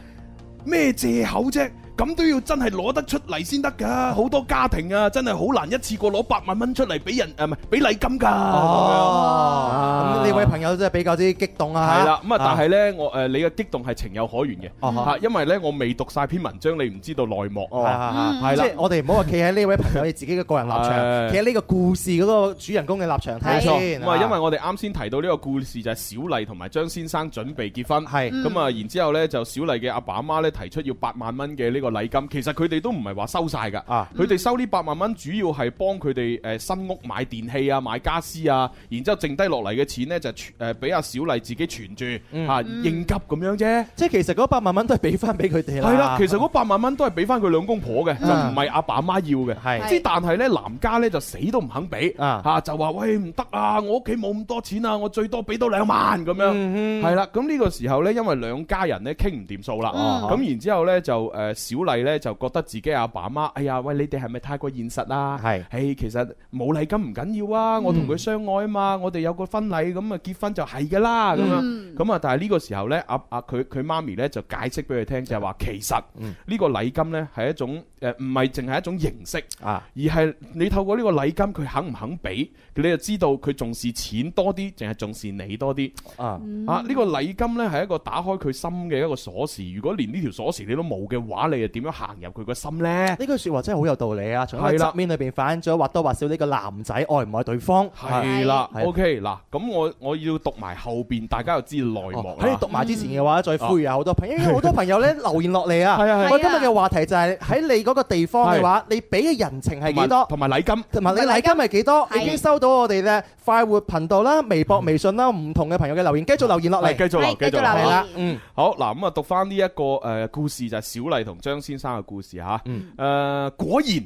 Speaker 6: 咩借口啫？咁都要真係攞得出嚟先得㗎，好多家庭啊，真係好難一次過攞八萬蚊出嚟俾人呃誒，唔係俾禮金㗎。哦啊
Speaker 7: 哦，咁呢位朋友真係比較之激動啊！
Speaker 6: 係啦，咁啊，但哦係咧，我誒你嘅激動係情有可原嘅，
Speaker 7: 哈
Speaker 6: 嚇，因為咧我未讀晒篇文章，你唔知道內幕
Speaker 7: 係係係
Speaker 6: 哦係
Speaker 7: 嗯即
Speaker 6: 啦
Speaker 7: 係。我哋唔好話企喺呢位朋友你自己嘅個人立場，
Speaker 6: 係
Speaker 7: 企喺呢個故事嗰個主人公嘅立場睇
Speaker 6: 冇錯，
Speaker 7: 先。
Speaker 6: 咁啊，因為我哋啱先提到呢個故事就係小麗同埋張先生準備結婚，
Speaker 7: 係
Speaker 6: 咁啊，然之後咧就小麗嘅阿爸阿媽咧提出要八萬蚊嘅呢個禮金，其實佢哋都唔係話收晒㗎，佢哋收呢八萬蚊主要係幫佢哋誒新屋買電器啊、買家私啊，然之後剩低落嚟嘅錢咧就存誒俾阿小麗自己存住嚇應急咁樣啫。
Speaker 7: 即係其實嗰八萬蚊都係俾翻俾佢哋啦。
Speaker 6: 係啦，其實嗰八萬蚊都係俾翻佢兩公婆嘅，就唔係阿爸阿媽要
Speaker 7: 係
Speaker 6: 嘅。之但係咧，男家咧就死都唔肯俾，
Speaker 7: 啊
Speaker 6: 嚇啊就話喂唔得啊！我屋企冇咁多錢啊，我最多俾到兩萬咁樣。係啦，咁呢個時候咧，因為兩家人咧傾唔掂數啦，
Speaker 7: 嗯
Speaker 6: 咁然之後咧就誒小麗呢，就覺得自己阿爸阿媽，哎呀，喂，你哋係咪太過現實啊？係，誒，其實冇禮金唔緊要啊，我同佢相愛啊嘛，我哋有個婚禮咁啊，結婚就係㗎啦，咁樣，
Speaker 10: 嗯
Speaker 6: 咁啊，但係呢個時候呢，阿阿佢佢媽咪呢，就解釋俾佢聽，就係話其實呢個禮金呢，係一種誒，唔係淨係一種形式
Speaker 7: 啊，
Speaker 6: 而係你透過呢個禮金，佢肯唔肯俾，你就知道佢重視錢多啲，淨係重視你多啲
Speaker 7: 啊
Speaker 1: 嗯
Speaker 6: 啊！呢個禮金呢係一個打開佢心嘅一個鎖匙，如果連呢條鎖匙你都冇嘅話，你又點樣行入佢個心呢？
Speaker 7: 呢句説話真係好有道理啊！從一
Speaker 6: 係
Speaker 7: 個
Speaker 6: 啦
Speaker 7: 側面裏邊反映咗或多或少呢個男仔愛唔愛對方。
Speaker 6: 係啦
Speaker 7: 係
Speaker 6: ，OK 嗱，咁我我要讀埋後邊，大家就知內幕啦
Speaker 7: 哦喺你讀埋之前嘅話，再呼籲下好多 朋友，因為好多朋友咧留言落嚟啊。
Speaker 6: 係啊係啊
Speaker 7: 我今日嘅話題就係喺你嗰個地方嘅話，你俾嘅人情係幾多？
Speaker 6: 同埋禮金，
Speaker 7: 同埋你禮金係幾多？
Speaker 1: 係
Speaker 7: 已經收到我哋嘅快活頻道啦、微博、微信啦，唔同嘅朋友嘅留言，繼續留言落嚟，
Speaker 6: 係繼續留，繼續留
Speaker 7: 係啦。
Speaker 6: 嗯，好嗱，咁啊，讀翻呢一個誒故事就係小麗同張先生嘅故事吓。
Speaker 7: 嗯
Speaker 6: 誒，果然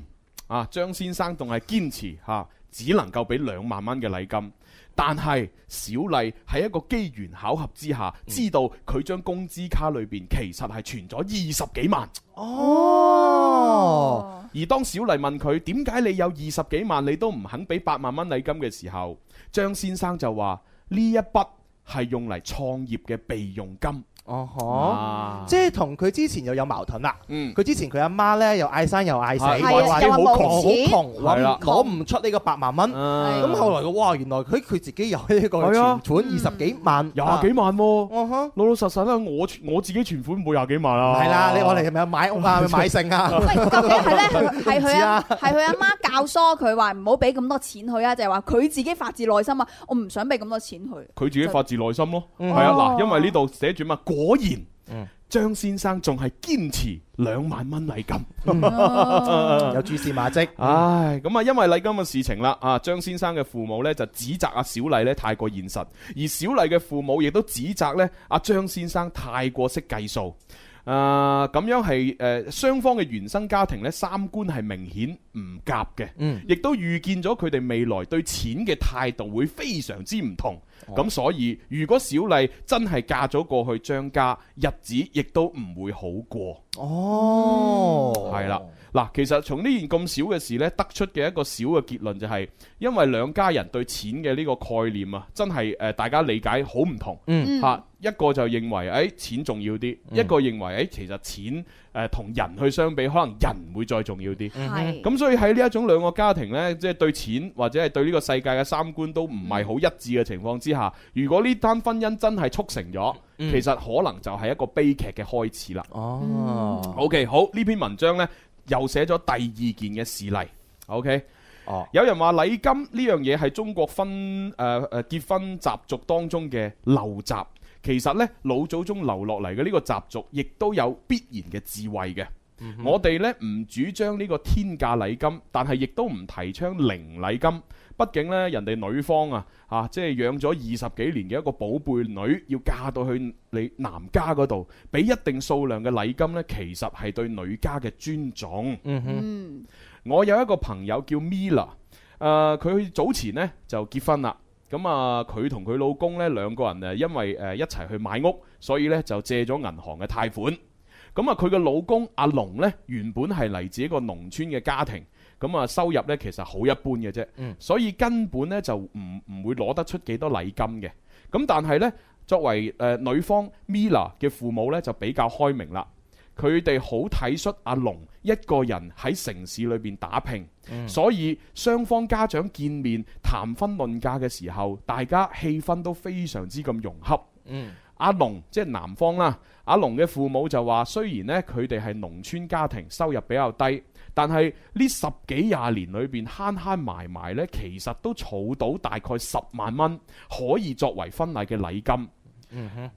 Speaker 6: 啊，張先生仲係堅持吓，只能夠俾兩萬蚊嘅禮金。但係小麗喺一個機緣巧合之下，
Speaker 7: 嗯
Speaker 6: 知道佢張工資卡裏邊其實係存咗二十幾萬。
Speaker 7: 哦，
Speaker 6: 而當小麗問佢點解你有二十幾萬你都唔肯俾八萬蚊禮金嘅時候，張先生就話呢一筆係用嚟創業嘅備用金。
Speaker 7: 哦
Speaker 6: 啊
Speaker 7: 呵，即係同佢之前又有矛盾啦。
Speaker 6: 嗯，
Speaker 7: 佢之前佢阿媽咧又嗌生又嗌死，
Speaker 6: 係係
Speaker 7: 話
Speaker 6: 啊
Speaker 7: 自己
Speaker 6: 又
Speaker 7: 好
Speaker 6: 話
Speaker 7: 窮
Speaker 6: 冇錢
Speaker 7: 好窮，
Speaker 6: 係
Speaker 7: 攞
Speaker 6: 啦
Speaker 7: 唔攞唔出呢個八萬蚊。
Speaker 6: 啊
Speaker 7: 咁後來佢哇，原來佢佢自己有呢個
Speaker 6: 係啊
Speaker 7: 存款二十幾萬，
Speaker 6: 廿幾萬喎、
Speaker 7: 啊哈
Speaker 6: 老老實實啦，我我自己存款冇廿幾萬啊。
Speaker 7: 係啦，你我哋係咪有買 屋啊，咪買剩啊？
Speaker 1: 係佢阿係佢阿媽教唆佢話唔好俾咁多錢佢啊，就係話佢自己發自內心啊，我唔想俾咁多錢佢。
Speaker 6: 佢自己發自內心咯，
Speaker 1: 嗯
Speaker 6: 係啊
Speaker 1: 哦
Speaker 6: 嗱，因為呢度寫住嘛，果
Speaker 7: 嗯
Speaker 6: 然張先生仲係堅持兩萬蚊禮金，
Speaker 7: 哦有蛛絲馬跡。
Speaker 6: 唉，咁啊，因為禮金嘅事情啦，啊張先生嘅父母呢就指責阿小麗呢太過現實，而小麗嘅父母亦都指責呢阿張先生太過識計數。啊，咁樣係誒雙方嘅原生家庭呢，三觀係明顯唔夾嘅，
Speaker 7: 嗯
Speaker 6: 亦都預見咗佢哋未來對錢嘅態度會非常之唔同。咁所以，如果小麗真係嫁咗過去張家，日子亦都唔會好過。
Speaker 7: 哦，
Speaker 6: 係啦。嗱，其實從呢件咁少嘅事呢，得出嘅一個小嘅結論就係、因為兩家人對錢嘅呢個概念啊，真係誒、呃大家理解好唔同，嚇、
Speaker 7: 嗯
Speaker 6: 一個就認為誒、哎錢重要啲，一個認為誒、哎其實錢誒同、人去相比，可能人會再重要啲。
Speaker 1: 係
Speaker 6: 咁所以喺呢一種兩個家庭呢，即係對錢或者係對呢個世界嘅三觀都唔係好一致嘅情況之下，如果呢單婚姻真係促成咗，
Speaker 7: 嗯
Speaker 6: 其實可能就係一個悲劇嘅開始啦。
Speaker 7: 哦，
Speaker 6: OK，好，呢篇文章呢，又寫咗第二件嘅事例。OK，
Speaker 7: 哦，
Speaker 6: 有人話禮金呢樣嘢係中國婚誒誒、呃、結婚習俗當中嘅陋習，其實呢，老祖宗留落嚟嘅呢個習俗，亦都有必然嘅智慧嘅。
Speaker 7: 嗯
Speaker 6: 我哋呢唔主張呢個天價禮金，但係亦都唔提倡零禮金。畢竟呢，人哋女方啊，啊，即係養咗二十幾年嘅一個寶貝女，要嫁到去你男家嗰度，俾一定數量嘅禮金呢，其實係對女家嘅尊重。
Speaker 7: 嗯哼，
Speaker 1: 嗯，
Speaker 6: 我有一個朋友叫 Mila，誒、佢呃早前呢就結婚啦。咁啊，佢同佢老公呢兩個人誒，因為誒、呃一齊去買屋，所以呢就借咗銀行嘅貸款。咁啊，佢嘅老公阿龍呢，原本係嚟自一個農村嘅家庭，咁啊收入呢其實好一般嘅啫，所以根本呢就唔唔會攞得出幾多禮金嘅。咁但係呢，作為誒、呃女方 Mila 嘅父母呢，就比較開明啦。佢哋好體恤阿龍一個人喺城市裏邊打拼，所以雙方家長見面談婚論嫁嘅時候，大家氣氛都非常之咁融洽。
Speaker 7: 嗯，
Speaker 6: 阿龍即係南方啦，阿龍嘅父母就話：雖然呢，佢哋係農村家庭，收入比較低，但係呢十幾廿年裏邊慳慳埋埋呢，其實都儲到大概十萬蚊，可以作為婚禮嘅禮金。
Speaker 7: 嗯哼
Speaker 6: 誒、，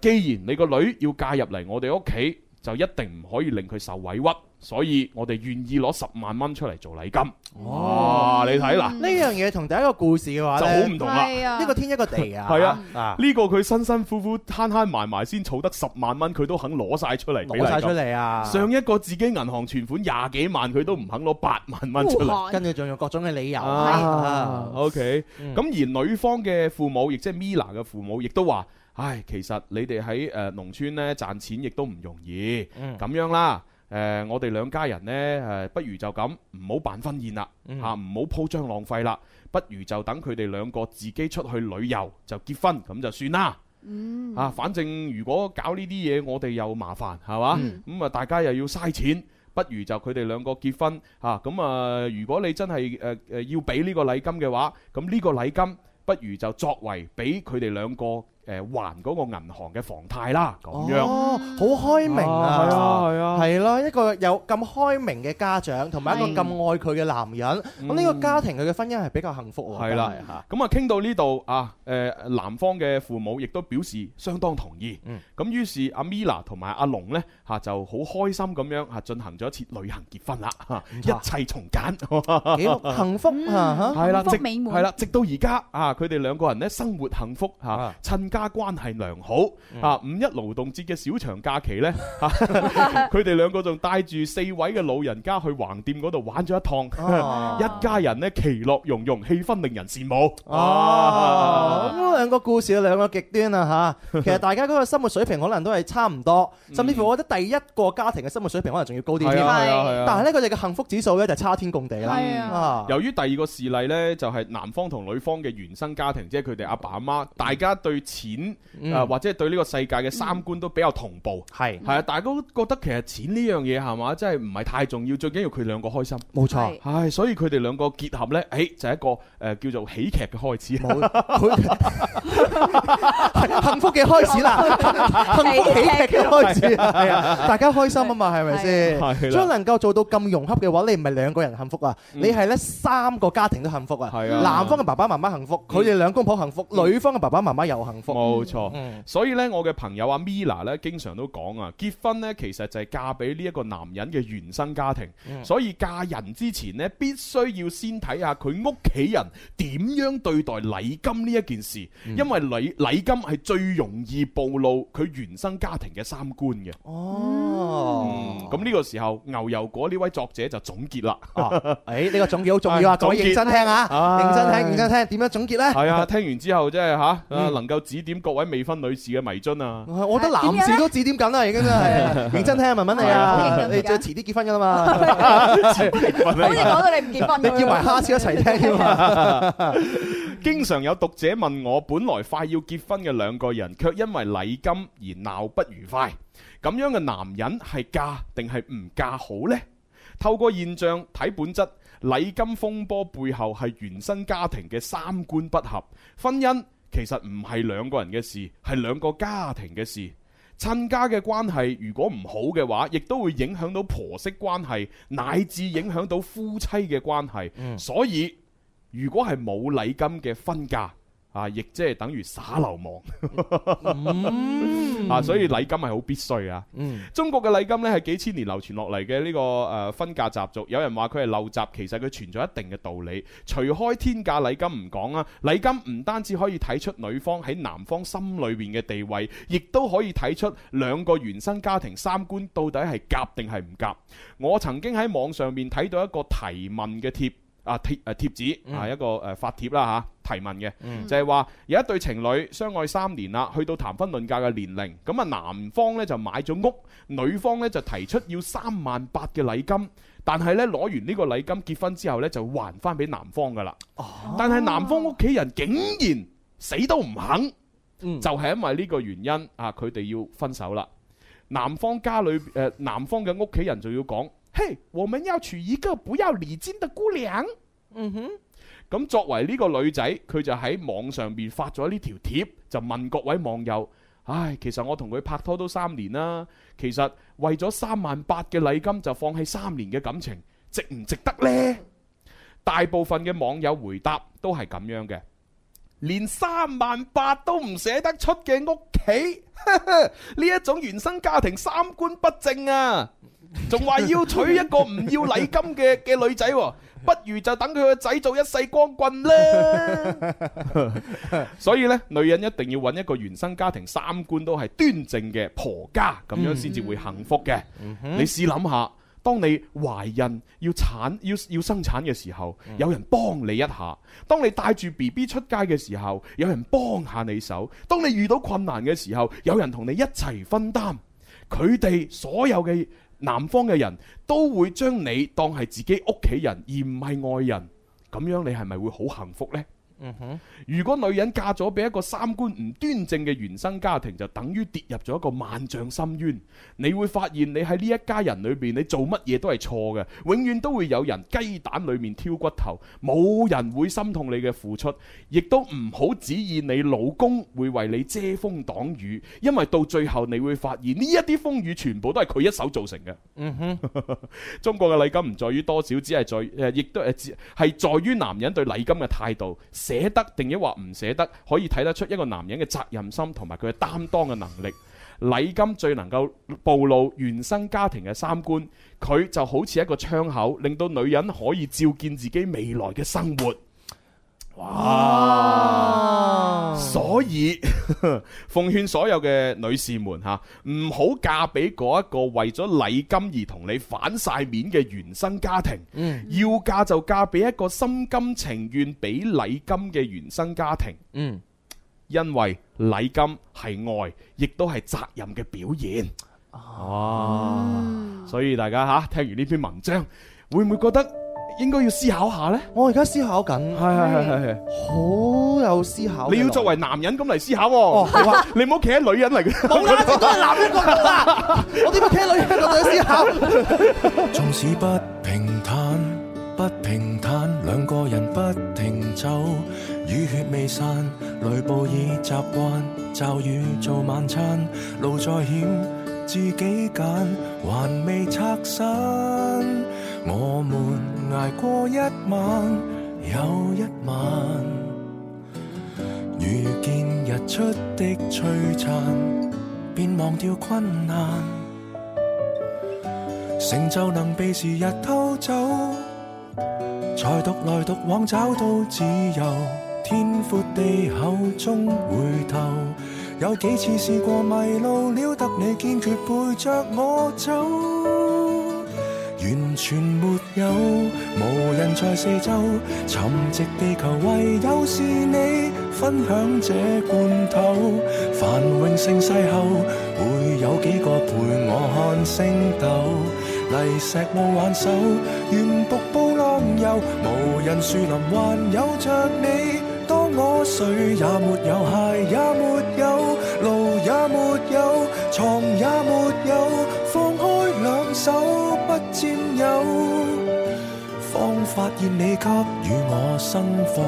Speaker 6: 既然你個女要嫁入嚟我哋屋企，就一定唔可以令佢受委屈，所以我哋願意攞十萬蚊出嚟做禮金。哇！你睇嗱，
Speaker 7: 呢樣嘢同第一個故事嘅話
Speaker 6: 就
Speaker 7: 呢
Speaker 6: 好唔同啦係啊
Speaker 7: 呢個天一個地啊，
Speaker 6: 係啊，
Speaker 7: 啊
Speaker 6: 呢個佢辛辛苦苦慳慳埋埋先儲得十萬蚊，佢都肯攞晒出嚟，
Speaker 7: 攞晒出嚟啊
Speaker 6: 上一個自己銀行存款廿幾萬，佢都唔肯攞八萬蚊出嚟。
Speaker 7: 跟住仲有各種嘅理由
Speaker 6: 啊
Speaker 7: 啊，
Speaker 6: ，OK，
Speaker 7: 嗯
Speaker 6: 咁而女方嘅父母，亦即係 Mila 嘅父母，亦都話：，
Speaker 7: 嗯
Speaker 6: 唉，其實你哋喺誒農村咧賺錢亦都唔容易，咁樣啦。誒、誒，我哋兩家人呢，誒，不如就咁，唔好辦婚宴啦，
Speaker 7: 嗯
Speaker 6: 嚇，唔好鋪張浪費啦，不如就等佢哋兩個自己出去旅遊就結婚，咁就算啦。
Speaker 1: 嗯
Speaker 6: 啊，反正如果搞呢啲嘢，我哋又麻煩，係嘛？
Speaker 7: 嗯
Speaker 6: 咁啊，大家又要嘥錢。不如就佢哋兩個結婚嚇，咁啊！如果你真係誒誒要俾呢個禮金嘅話，咁呢個禮金不如就作為俾佢哋兩個誒、呃還嗰個銀行嘅房貸啦，咁樣。
Speaker 7: 哦，好開明啊！
Speaker 6: 係啊係啊
Speaker 7: 係咯，一個有咁開明嘅家長，同埋一個咁愛佢嘅男人，咁呢個家庭佢嘅婚姻係比較幸福喎。
Speaker 6: 係啦
Speaker 7: 真係嚇，
Speaker 6: 咁啊傾到呢度啊，誒男方嘅父母亦都表示相當同意。咁於是阿 Mila 同埋阿龍呢，嚇就好開心咁樣嚇啊進行咗一次旅行結婚啦，嚇一切從簡，
Speaker 7: 幾幸福 啊嚇
Speaker 6: 哦係啦，
Speaker 7: 幸福
Speaker 6: 直
Speaker 7: 美滿
Speaker 6: 係啦，直到而家啊，佢哋兩個人呢，生活幸福嚇，親家關係良好啊。五一勞動節嘅小長假期呢，嚇 佢哋兩個仲帶住四位嘅老人家去橫店嗰度玩咗一
Speaker 7: 哦
Speaker 6: 趟， 一家人呢，其樂融融，氣氛令人羨慕。啊
Speaker 7: 哦，咁兩個故事有兩個極端啊 嚇，其實大家嗰個生活水平可能都係差唔多，甚至乎我覺得第一個家庭嘅生活水平可能仲要高啲添。
Speaker 6: 嗯係啊係啊係啊
Speaker 7: 但係呢，佢哋嘅幸福指數呢，就差天共地啦。啊
Speaker 6: 嗯由於第二個事例呢，就係男方同女方嘅原生家庭，即係佢哋阿爸阿媽，大家對錢
Speaker 7: 嗯
Speaker 6: 啊或者係對呢個世界嘅三觀都比較同步，
Speaker 7: 係
Speaker 6: 係啊，大家都覺得其實錢呢樣嘢係嘛，真係唔係太重要，最緊要佢兩個開心，
Speaker 7: 冇錯係
Speaker 6: 係，所以佢哋兩個結合呢，誒就係一個誒叫做喜劇嘅開始，
Speaker 7: 幸福嘅開始 啦，幸福喜劇嘅開始啊，係啊，大家開心啊嘛，係咪
Speaker 6: 係啦
Speaker 7: 先？所以能夠做到咁融洽嘅話，你唔係兩個人幸福啊，你係咧三個家庭都幸福啊。
Speaker 6: 係啊
Speaker 7: 男方嘅爸爸媽媽幸福，佢哋兩公婆幸福，女方嘅爸爸媽媽又幸福。
Speaker 6: 冇錯，所以呢，我嘅朋友阿 Mila 呢，經常都講啊，結婚呢其實就係嫁俾呢一個男人嘅原生家庭，
Speaker 7: 嗯
Speaker 6: 所以嫁人之前呢，必須要先睇下佢屋企人點樣對待禮金呢一件事，因為禮禮金係最容易暴露佢原生家庭嘅三觀嘅。
Speaker 7: 哦，
Speaker 6: 嗯咁呢個時候牛油果呢位作者就總結啦。
Speaker 7: 誒，呢個總結好重要啊，各位認真聽啊，
Speaker 6: 唉
Speaker 7: 認真聽，認真聽，點樣總結呢？
Speaker 6: 係啊，聽完之後即係吓，啊能夠指點各位未婚女士嘅迷津啊！
Speaker 7: 我覺得男士都指點緊啦，已經真 係認真聽啊，文文你啊，你就遲啲結婚㗎啦嘛，
Speaker 6: 好似講
Speaker 1: 到你唔結婚咁樣
Speaker 7: 你叫埋蝦超一齊聽添啊！
Speaker 6: 經常有讀者問我，本來快要結婚嘅兩個人，卻因為禮金而鬧不愉快。咁樣嘅男人係嫁定係唔嫁好呢？透過現象睇本質，禮金風波背後係原生家庭嘅三觀不合。婚姻其實唔係兩個人嘅事，係兩個家庭嘅事。親家嘅關係如果唔好嘅話，亦都會影響到婆媳關係，乃至影響到夫妻嘅關係。所以如果係冇禮金嘅婚嫁啊，亦即係等於耍流氓 啊，所以禮金係好必須啊。中國嘅禮金呢，係幾千年流傳落嚟嘅呢個誒婚嫁習俗，有人話佢係陋習，其實佢存在一定嘅道理。除開天價禮金唔講啊，禮金唔單止可以睇出女方喺男方心裏邊嘅地位，亦都可以睇出兩個原生家庭三觀到底係夾定係唔夾。我曾經喺網上面睇到一個提問嘅貼。啊貼誒貼紙啊一個誒發帖啦啊嚇提問嘅，就係話有一對情侶相愛三年啦，去到談婚論嫁嘅年齡，咁啊男方呢就買咗屋，女方呢就提出要三萬八嘅禮金，但係呢，攞完呢個禮金結婚之後呢，就還翻俾男方噶啦，但係男方屋企人竟然死都唔肯，就係因為呢個原因啊，佢哋要分手啦。男方家裏誒、呃男方嘅屋企人就要講：嘿，我們要娶一個不要離間的姑娘。嗯哼。咁作為呢個女仔，佢就喺網上邊發咗呢條貼，就問各位網友：唉，其實我同佢拍拖都三年啦，其實為咗三萬八嘅禮金就放棄三年嘅感情，值唔值得呢？大部分嘅網友回答都係咁樣嘅。連三萬八都唔捨得出嘅屋企， 呢一種原生家庭三觀不正啊！仲話要娶一個唔要禮金嘅 嘅女仔喎、不如就等佢個仔做一世光棍啦。所以呢，女人一定要揾一個原生家庭三觀都係端正嘅婆家，咁樣先至會幸福嘅。
Speaker 2: 哼
Speaker 6: 你試諗下，當你懷孕要產要要生產嘅時候，有人幫你一下；當你帶住 B B 出街嘅時候，有人幫下你手；當你遇到困難嘅時候，有人同你一齊分擔。佢哋所有嘅南方嘅人都會將你當係自己屋企人，而唔係外人。咁樣你係咪會好幸福呢？
Speaker 7: 嗯哼，
Speaker 6: 如果女人嫁咗俾一個三觀唔端正嘅原生家庭，就等於跌入咗一個萬丈深淵。你會發現你喺呢一家人裏邊，你做乜嘢都係錯嘅，永遠都會有人雞蛋裏面挑骨頭，冇人會心痛你嘅付出，亦都唔好指意你老公會為你遮風擋雨，因為到最後你會發現呢一啲風雨全部都係佢一手造成嘅。
Speaker 7: 嗯哼，
Speaker 6: 中國嘅禮金唔在於多少，只係在呃誒，亦都誒，只係在於男人對禮金嘅態度，捨得定抑或唔捨得，可以睇得出一個男人嘅責任心同埋佢嘅擔當嘅能力。禮金最能夠暴露原生家庭嘅三觀，佢就好似一個窗口，令到女人可以照見自己未來嘅生活。哇！所以 奉勸所有嘅女士們吓，唔好嫁俾嗰一個為咗禮金而同你反晒面嘅原生家庭。
Speaker 7: 嗯
Speaker 6: 要嫁就嫁俾一個心甘情願俾禮金嘅原生家庭。
Speaker 7: 嗯，
Speaker 6: 因為禮金係愛，亦都係責任嘅表現。哦，所以大家吓聽完呢篇文章，會唔會覺得應該要思考下呢？
Speaker 7: 我而家思考緊，
Speaker 6: 係係係係係。
Speaker 7: 好有思考。
Speaker 6: 你要作為男人咁嚟思考
Speaker 7: 哦
Speaker 6: 喎，你唔好企喺女人嚟嘅。冇
Speaker 7: 啦，都係男人角度啦，我點解企喺女人角度去思考？
Speaker 4: 縱使不平坦，不平坦，兩個人不停走，雨血未散，雷暴已習慣，驟雨做晚餐，路再險自己揀，還未拆散，我們捱過一晚又一晚，遇見日出的璀璨，便忘掉困難。成就能被時日偷走，才獨來獨往找到自由。天闊地厚中回頭，有幾次試過迷路了，得你堅決陪着我走。完全沒有，無人在四周，沉寂地球唯有是你分享這罐頭。繁榮盛世後，會有幾個陪我看星斗？泥石路挽手，沿瀑布浪遊，無人樹林還有着你。當我誰也沒有，鞋也沒有，路也沒有，床也沒有，放開兩手不佔有，方發現你給予我生火，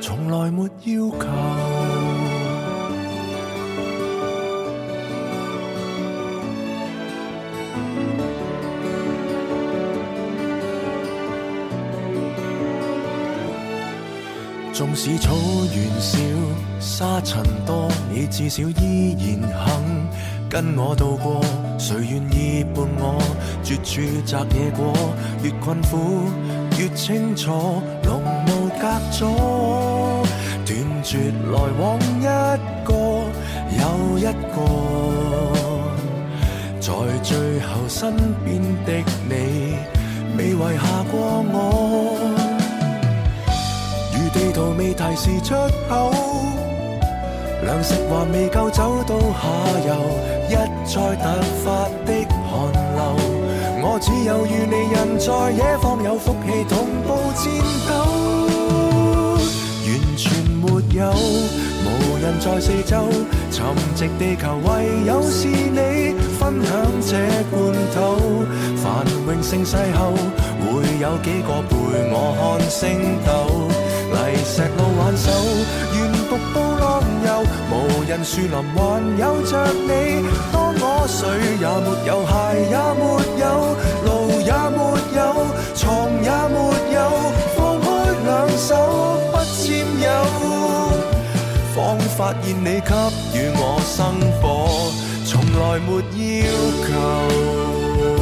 Speaker 4: 從來沒要求。縱使草原少，沙塵多，你至少依然肯跟我渡過。誰願意伴我絕處摘野果？越困苦越清楚，濃霧隔阻，斷絕來往一個又一個。在最後身邊的你，未遺下過我。如地圖未提示出口，糧食還未夠走到下游，一再突發的寒流，我只有與你人在野方有福氣同步戰鬥，完全沒有，無人在四周，沉寂地球唯有是你分享這罐頭，繁榮盛世後會有幾個陪我看星斗。泥石路挽手，沿瀑布浪遊，無人樹林還有着你。當我誰也沒有，鞋也沒有，路也沒有，床也沒有，放開兩手不佔有，方發現你給予我生火，從來沒要求。